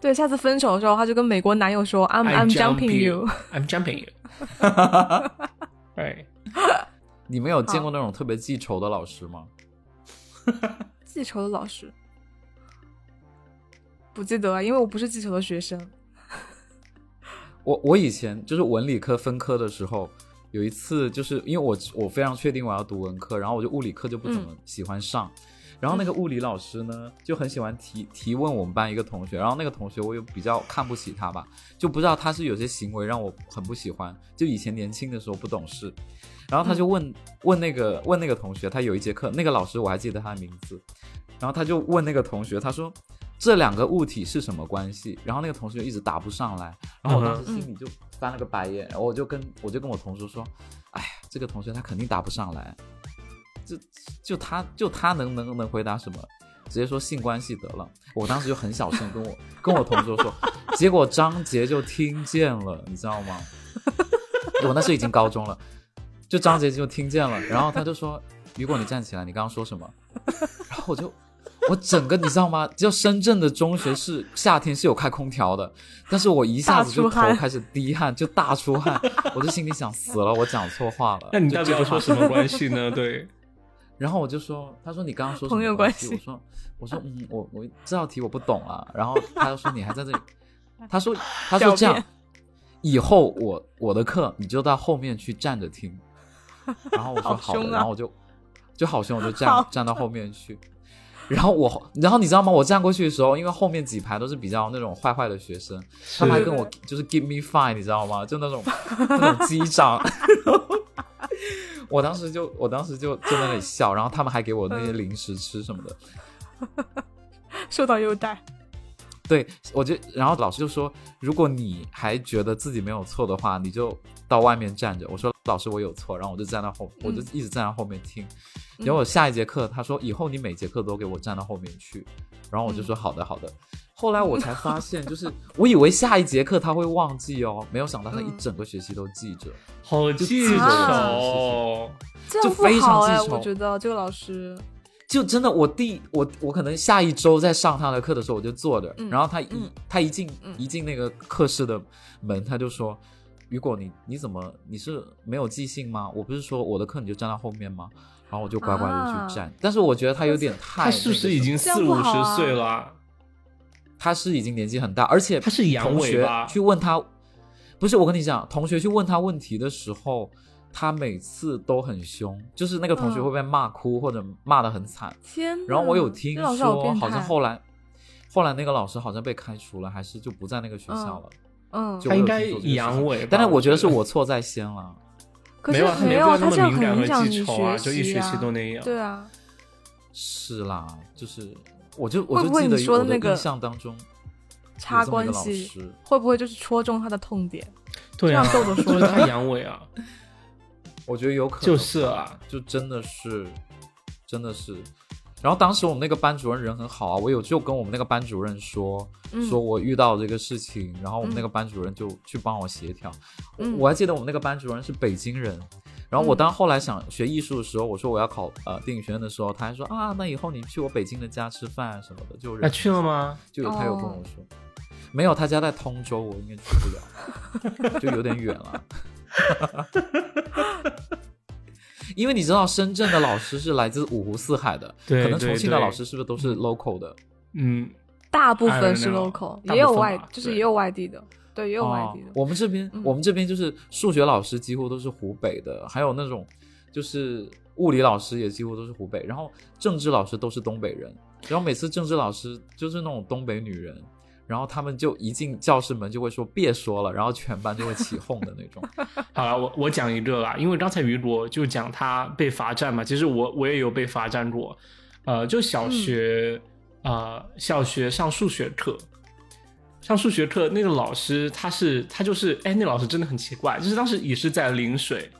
S1: 对，下次分手的时候，他就跟美国男友说：“I'm I'm jumping you。
S2: (laughs) I'm jumping
S1: (laughs)
S2: you，对。
S3: 你们有见过那种特别记仇的老师吗？”
S1: 记仇的老师不记得啊，因为我不是记仇的学生。
S3: 我我以前就是文理科分科的时候，有一次就是因为我我非常确定我要读文科，然后我就物理课就不怎么喜欢上。然后那个物理老师呢，就很喜欢提提问我们班一个同学，然后那个同学我又比较看不起他吧，就不知道他是有些行为让我很不喜欢，就以前年轻的时候不懂事，然后他就问、问那个问那个同学，他有一节课，那个老师我还记得他的名字，然后他就问那个同学，他说这两个物体是什么关系？然后那个同学一直答不上来，然后我当时心里就翻了个白眼，然后我就跟我就跟我同桌说，哎呀，这个同学他肯定答不上来，这就他就他能能能回答什么？直接说性关系得了，我当时就很小声跟我跟我同桌说， (laughs) 结果张杰就听见了，你知道吗？我那时候已经高中了，就张杰就听见了，然后他就说：“雨果，你站起来，你刚刚说什么？”然后我就我整个你知道吗？就深圳的中学是夏天是有开空调的，但是我一下子就
S1: 大出
S3: 头
S1: 汗
S3: 开始滴汗，就大出汗， (laughs) 我就心里想死了，我讲错话了。
S2: 那你
S3: 就
S2: 代
S3: 这
S2: 表
S3: 句话
S2: 说什 (laughs) 么关系呢？对，
S3: 然后我就说，他说你刚刚说什
S1: 朋友
S3: 么
S1: 关
S3: 系？
S1: 系
S3: 我说我说嗯，我我这道题我不懂啊。然后他就说你还在这里，他说
S1: (laughs)
S3: 他说
S1: 狡
S3: 这样
S1: 辩，
S3: 以后我我的课你就到后面去站着听。然后我说
S1: 好
S3: 好的，
S1: 凶啊
S3: 然后我就就好凶，我就站
S1: 好
S3: 站到后面去。然后我，然后你知道吗？我站过去的时候，因为后面几排都是比较那种坏坏的学生，他们还跟我就是 give me five，你知道吗？就那种那种击掌。 (laughs) 我当时就我当时就就在那里笑，然后他们还给我那些零食吃什么的。
S1: 受到优待，
S3: 对，我就然后老师就说，如果你还觉得自己没有错的话，你就到外面站着。我说老师我有错，然后我就站到后，我就一直站到后面听。
S1: 嗯
S3: 结果下一节课他说以后你每节课都给我站到后面去，然后我
S1: 嗯
S3: 就说好的好的。后来我才发现，就是
S1: (laughs)
S3: 我以为下一节课他会忘记哦，没有想到他一
S1: 嗯
S3: 整个学期都记着。
S2: 好
S1: 就
S2: 记仇，
S1: 这
S3: 就
S1: 样不
S3: 非常
S1: 好哎、
S3: 记仇
S1: 我觉得这个老师，
S3: 就真的我第我我可能下一周在上他的课的时候我就坐着，
S1: 嗯
S3: 然后他一、
S1: 嗯
S3: 他一进、
S1: 嗯
S3: 一进那个课室的门，他就说：“雨果，你你怎么你是没有记性吗？我不是说我的课你就站到后面吗？”然后我就乖乖的
S1: 啊
S3: 去站，但是我觉得他有点太
S2: 他是不
S3: 那个什
S2: 是
S3: 么
S2: 已经
S1: 这样
S2: 四
S1: 不
S2: 五
S1: 好啊
S2: 十岁了啊？
S3: 他是已经年纪很大，而且
S2: 他是阳
S3: 同
S2: 痿
S3: 学
S2: 吧
S3: 去问他，不是我跟你讲，同学去问他问题的时候，他每次都很凶，就是那个同学
S1: 嗯
S3: 会被骂哭、或者骂的很惨。
S1: 天哪！
S3: 然后我有听
S1: 嗯这老师
S3: 说，
S1: 变态
S3: 好像后来，后来那个老师好像被开除了，还是就不在那个学校了。
S1: 嗯，
S3: 就
S2: 他
S3: 我有
S2: 应
S3: 听
S2: 该
S3: 说这个事情
S2: 阳痿吧，
S3: 但是我觉得是
S2: 我 (laughs)
S3: 我错在先了。
S1: 可
S2: 没
S1: 是
S2: 有啊他没
S1: 有啊，
S2: 必要
S1: 他这
S2: 那么
S1: 样
S2: 敏
S1: 很影
S2: 感
S1: 响
S2: 和
S1: 你学
S2: 记
S1: 习
S2: 仇啊，就一学期
S1: 啊
S2: 都那样。
S1: 对啊，
S3: 是啦，就是我就
S1: 会
S3: 我就
S1: 不会
S3: 记得
S1: 你说的
S3: 我的
S1: 那个
S3: 印象当中
S1: 插
S3: 有这么
S1: 关
S3: 一个老
S1: 系
S3: 师
S1: 会不会就是戳中他的痛点？
S2: 对啊，
S1: 这样豆豆说
S2: 就
S1: 的
S2: 是他阳痿啊，
S3: 我觉得有可能
S2: 就是啊，
S3: 就真的是，真的是，然后当时我们那个班主任人很好啊，我有就跟我们那个班主任说，
S1: 嗯
S3: 说我遇到这个事情，然后我们那个班主任就去帮我协调。
S1: 嗯
S3: 我还记得我们那个班主任是北京人，然
S2: 嗯
S3: 后我当后来想学艺术的时候，我说我要考呃电影学院的时候，他还说啊，那以后你去我北京的家吃饭啊什么的，
S2: (laughs)
S3: 就
S2: 那、去了哦吗？
S3: 就有他有跟我说，没有，他家在通州，我应该去不了，就有点远了。 (laughs) 因为你知道，深圳的老师是来自五湖四海的，
S2: 对
S3: 可能重
S2: 对
S3: 庆的
S2: 对
S3: 老师是不是都是 local 的？
S2: 嗯，
S1: 大部
S2: I
S1: 分
S2: don't
S1: 是
S2: know，
S1: local，
S2: 大
S1: 也有
S2: 部分
S1: 外
S2: 吧，
S1: 就是
S2: 对
S1: 也有外地的，对，也有外
S3: 哦
S1: 地的。
S3: 我们这边、
S1: 嗯
S3: 我们这边就是数学老师几乎都是湖北的，还有那种就是物理老师也几乎都是湖北，然后政治老师都是东北人，然后每次政治老师就是那种东北女人。然后他们就一进教室门就会说别说了，然后全班就会起哄的那
S2: (laughs)
S3: 种。
S2: 好了，我我讲一个啦，因为刚才雨果就讲他被罚站嘛，其实我我也有被罚站过，呃，就小学、呃小学上数学课，上数学课那个老师他是他就是哎那老师真的很奇怪，就是当时也是在陵水，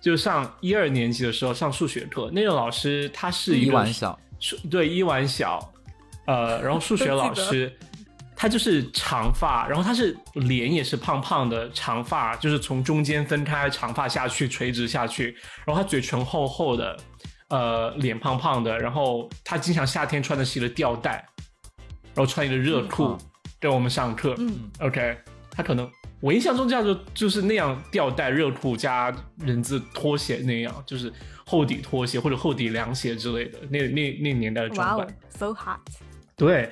S2: 就上一二年级的时候上数学课，那个老师他是一
S3: 一
S2: 个
S3: 晚小，
S2: 数对伊婉晓，呃，然后数学
S1: 记
S2: 老
S1: 得
S2: 师，他就是长发，然后他是脸也是胖胖的长发，就是从中间分开长发下去垂直下去，然后他嘴唇厚厚的，呃，脸胖胖的，然后他经常夏天穿的是一个吊带，然后穿一个热裤
S3: 嗯
S2: 给我们上课，
S1: 嗯
S2: OK，他可能我印象中这样就就是那样吊带热裤加人字拖鞋那样，就是厚底拖鞋或者厚底凉鞋之类的，那那那年代的
S1: 哇
S2: 装
S1: 哦
S2: 扮。
S1: ，so hot！
S2: 对，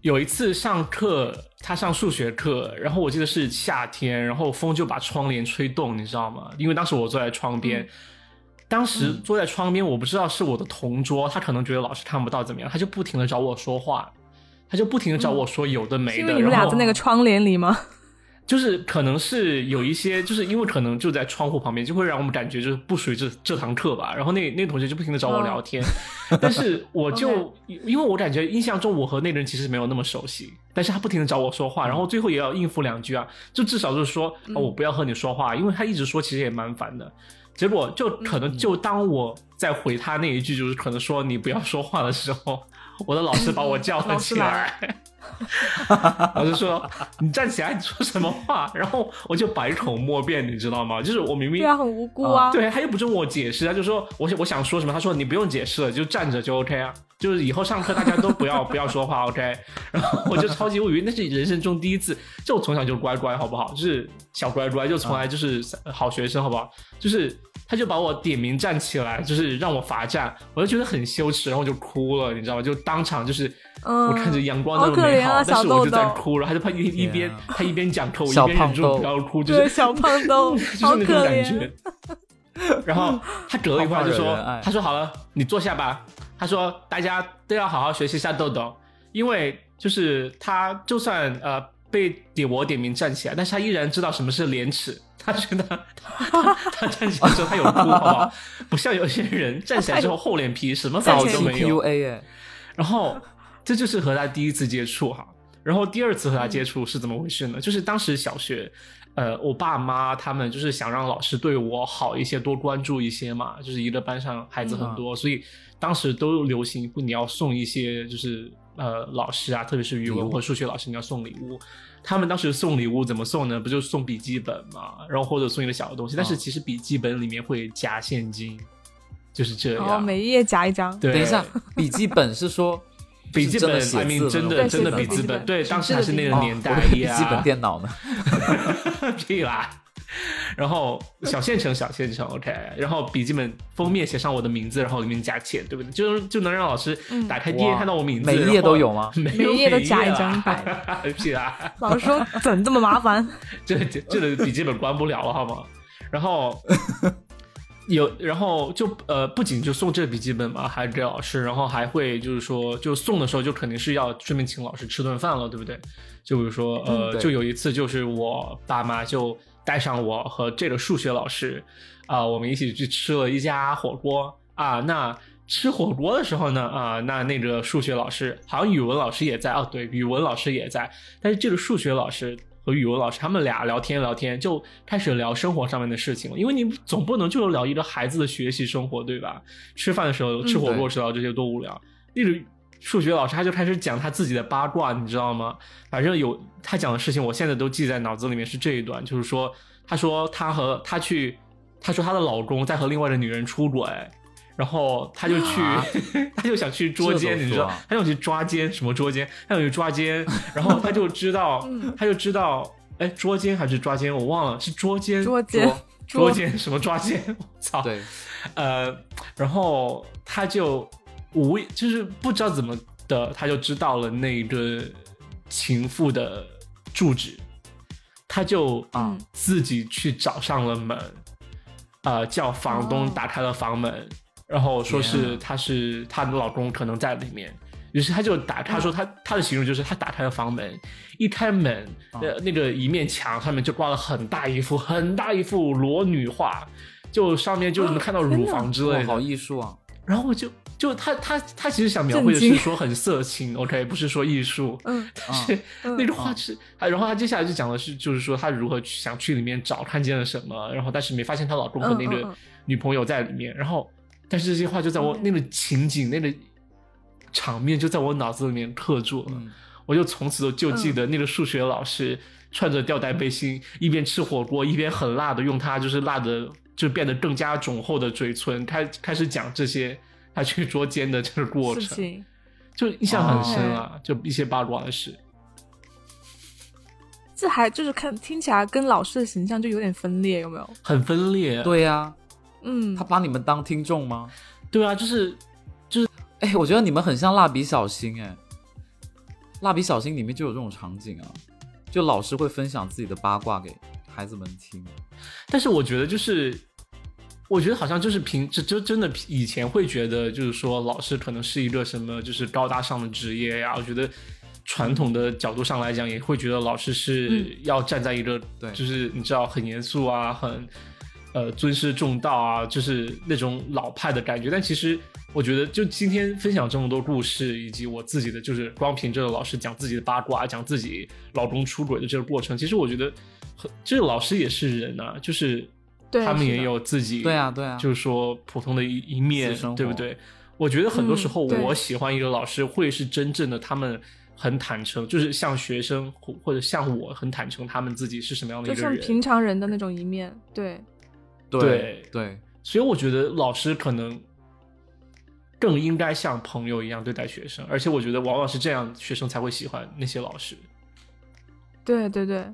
S2: 有一次上课，他上数学课，然后我记得是夏天，然后风就把窗帘吹动，你知道吗？因为当时我坐在窗
S1: 嗯
S2: 边，当时坐在窗边，我不知道是我的同桌，他可能觉得老师看不到怎么样，他就不停的找我说话，他就不停的找我说有的没
S1: 嗯是因
S2: 的，
S1: 为你们
S2: 然
S1: 俩
S2: 后
S1: 在那个窗帘里吗？ (laughs)
S2: 就是可能是有一些，就是因为可能就在窗户旁边，就会让我们感觉就是不属于这这堂课吧。然后那那同学就不停的找
S1: 嗯
S2: 我聊天，但是
S1: (laughs)
S2: 我就
S1: OK
S2: 因为我感觉印象中我和那个人其实没有那么熟悉，但是他不停的找我说话，然后最后也要应付两句啊，就至少就是说
S1: 嗯
S2: 哦我不要和你说话，因为他一直说其实也蛮烦的。结果就
S1: 嗯
S2: 可能就当我在回他那一句，就是可能说你不要说话的时候，我的老师把我叫了
S1: 嗯老师
S2: 起来，老师说 (laughs) 你站起来，你说什么话？然后我就百口莫辩，你知道吗？就是我明明
S1: 对啊，很无辜啊。
S2: 对，他又不是问我解释，他就说我想我想说什么，他说你不用解释了，就站着就 OK 啊，就是以后上课大家都
S1: (laughs)
S2: 不要不要说话 OK。然后我就超级无语，那是人生中第一次，就我从小就乖乖好不好？就是小乖乖，就从来就是
S1: 嗯
S2: 好学生好不好？就是他就把我点名站起来，就是让我罚站，我就觉得很羞耻，然后我就哭了，你知道吗？就当场就是。
S1: 嗯
S2: 我看着阳光
S1: 好
S2: 那么美
S1: 可怜
S2: 好，
S1: 啊
S2: 但是
S1: 小
S2: 我
S1: 豆豆
S2: 就在哭，然后他就怕一一边、
S3: 天啊
S2: 他一边讲课，我
S3: 小
S2: 一边忍
S3: 胖
S2: 住
S3: 豆
S2: 不要哭，
S1: (laughs)
S2: 就
S1: 对，
S2: 是
S1: 小胖豆
S2: (laughs) 就
S1: 好
S2: 是那种
S1: 可
S2: 感
S1: 怜
S2: 觉。。然后他隔了一会儿就
S3: 好怕惹
S2: 说
S3: 人哎爱：“
S2: 他说好了，你坐下吧。”他说：“大家都要好好学习一下豆豆，因为就是他就算呃被点我点名站起来，但是他依然知道什么是廉耻。他觉得他他站起来之后他有哭，好不好？不像有些人站起来之
S1: 哎
S2: 后厚脸皮，什么反
S3: 早
S2: 应
S3: 期
S2: 都没有。
S3: PUA 哎，
S2: 然后这就是和他第一次接触哈。然后第二次和他接触是怎么回事呢？就是当时小学，呃，我爸妈他们就是想让老师对我好一些，多关注一些嘛。就是一个班上孩子很
S3: 嗯
S2: 多，所以当时都流行一步你要送一些，就是呃老师啊，特别是语
S3: 礼
S2: 文
S3: 物
S2: 或数学老师你要送礼物。他们当时送礼物怎么送呢？不就送笔记本嘛，然后或者送一个小的东西。但是
S3: 嗯
S2: 其实笔记本里面会夹现金，就是这
S1: 然后
S2: 样。
S1: 每一页夹一张。
S2: 对，
S3: 哦等一下，笔记本
S2: (laughs)
S3: 是说
S2: 笔记本
S3: 是
S2: ，I
S3: 真的
S2: mean，
S3: 写字
S2: 真
S3: 那
S2: 的
S3: 种
S2: 真的
S1: 对
S2: 笔
S1: 写字
S2: 记
S1: 本
S2: 本，对，
S1: 纸质
S2: 当时
S1: 的
S2: 还是那
S1: 笔
S2: 个
S1: 记
S2: 年代
S3: 哦我的笔
S2: 呀
S3: 记本
S2: (laughs)
S3: 电脑呢？
S2: 屁啦。然后小县城，小县城，OK。然后笔记本封面写上我的名字，然后里面加钱，对不对？就就能让老师
S1: 嗯
S2: 打开第一眼
S3: 哇
S2: 看到我名字，
S3: 每一页
S2: 然后
S3: 都有吗
S2: 没
S1: 每
S2: 有
S1: 一页都夹一
S2: 啦
S1: 张一
S2: (laughs) 屁啦，
S1: 老师
S2: (laughs)
S1: 说怎这么麻烦？
S2: 这这这个笔记本关不了了，好吗？然
S3: (laughs)
S2: 后有，然后就呃，不仅就送这笔记本嘛，还给老师，然后还会就是说，就送的时候就肯定是要顺便请老师吃顿饭了，对不对？就比如说呃，
S3: 嗯对
S2: 就有一次就是我爸妈就带上我和这个数学老师啊、我们一起去吃了一家火锅啊，那。吃火锅的时候呢，啊、那那个数学老师好像语文老师也在哦，对，语文老师也在，但是这个数学老师和语文老师他们俩聊天聊天，就开始聊生活上面的事情了，因为你总不能就聊一个孩子的学习生活，对吧？吃饭的时候吃火锅
S3: 嗯对
S2: 吃到这些多无聊。例如数学老师他就开始讲他自己的八卦，你知道吗？反正有他讲的事情，我现在都记在脑子里面是这一段，就是说他说他和他去，他说她的老公在和另外的女人出轨。然后他就去，
S3: 啊
S2: (laughs) 他就想去捉奸，
S3: 这都
S2: 你知道
S3: 说啊，
S2: 他想去抓奸，什么捉奸，他想去抓奸，然后他就知道，
S1: 嗯
S2: 他就知道，哎，捉奸还是抓奸，我忘了，是捉奸，
S1: 捉奸
S2: 捉
S1: 捉
S2: 捉奸什么抓奸， (laughs) 我操，
S3: 对，
S2: 呃，然后他就无意就是不知道怎么的，他就知道了那个情妇的住址，他就
S3: 啊
S1: 嗯
S2: 自己去找上了门，呃，叫房东
S1: 哦
S2: 打开了房门，然后说
S3: 天
S2: 是
S3: 啊
S2: 她是她的老公可能在里面，于是他就打，他
S1: 嗯
S2: 说他他的形容就是他打开了房门，一开门，
S1: 哦
S2: 呃，那个一面墙上面就挂了很大一幅很大一幅裸女画，就上面就能看到
S1: 啊天
S2: 乳
S1: 哪
S2: 房之
S3: 哇
S2: 类，的
S3: 好，艺术啊！
S2: 然后我就就他他他其实想描绘的
S1: 震
S2: 是
S1: 惊
S2: 说很色情，OK，不是说艺术，
S1: 嗯
S2: (laughs) 但是
S1: 嗯
S2: 那句话是，啊然后她接下来就讲的是，就是说她如何去想去里面找看见了什么，然后但是没发现她老公和那
S1: 嗯嗯
S2: 个
S1: 嗯
S2: 女朋友在里面，然后但是这些话就在我
S1: 嗯
S2: 那个情景那个场面就在我脑子里面刻住了，
S3: 嗯
S2: 我就从此就
S1: 嗯
S2: 记得那个数学老师穿着吊带背心，一边吃火锅一边很辣的用他就是辣的就变得更加肿厚的嘴唇开开始讲这些他去捉奸的这个过
S1: 事
S2: 程，
S1: 情，哦
S2: 就印象很深啊，就一些八卦的事。
S1: 这还就是看听起来跟老师的形象就有点分裂，有没有？
S2: 很分裂。
S3: 对呀、
S1: 嗯
S3: 他，把你们当听众吗？
S2: 对啊，就是
S3: 哎，我觉得你们很像蜡笔小新哎，蜡笔小新里面就有这种场景啊，就老师会分享自己的八卦给孩子们听。
S2: 但是我觉得就是，我觉得好像就是平，就就真的以前会觉得，就是说老师可能是一个什么，就是高大上的职业呀、我觉得传统的角度上来讲，也会觉得老师是要站在一个，
S3: 对
S2: 就是你知道很严肃啊，很呃尊师重道啊，就是那种老派的感觉。但其实。我觉得，就今天分享这么多故事，以及我自己的，就是光凭这个老师讲自己的八卦，讲自己老公出轨的这个过程，其实我觉得很，这个老师也是人啊，就是
S1: 对
S2: 他们
S1: 是的
S2: 也有自己
S3: 对啊对啊
S2: 就是说普通的一一面
S3: 私生，活
S2: 对不对？我觉得很多时候
S1: 嗯对
S2: 我喜欢一个老师，会是真正的他们很坦诚，就是像学生或或者像我很坦诚他们自己是什么样的
S1: 就
S2: 一个
S1: 像
S2: 人。
S1: 平常人的那种一面，对，
S3: 对
S2: 对
S3: 对
S2: 所以我觉得老师可能更应该像朋友一样对待学生，而且我觉得往往是这样，学生才会喜欢那些老师。
S1: 对对对，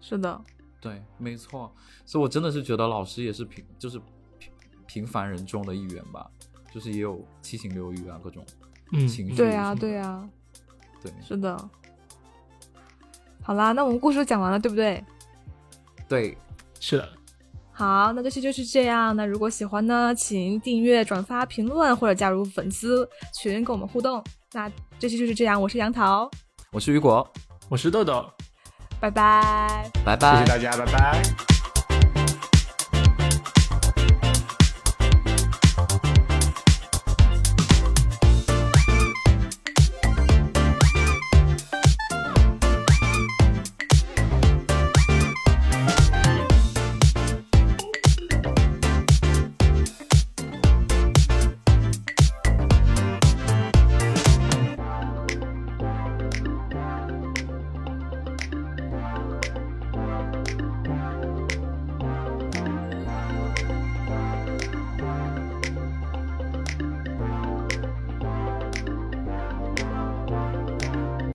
S1: 是的，
S3: 对，没错。所以我真的是觉得老师也是平，就是平平凡人中的一员吧，就是也有七情六欲啊，各种
S2: 嗯，
S3: 情绪。
S1: 对啊，对啊，
S3: 对
S1: 是的。好啦，那我们故事讲完了，对不对？
S3: 对，
S2: 是的，
S1: 好，那这期就是这样。那如果喜欢呢，请订阅、转发、评论或者加入粉丝群跟我们互动。那这期就是这样，我是杨桃，
S3: 我是雨果，
S2: 我是豆豆，
S1: 拜拜。
S3: 拜
S2: 谢
S3: 拜
S2: 谢。大家，拜拜。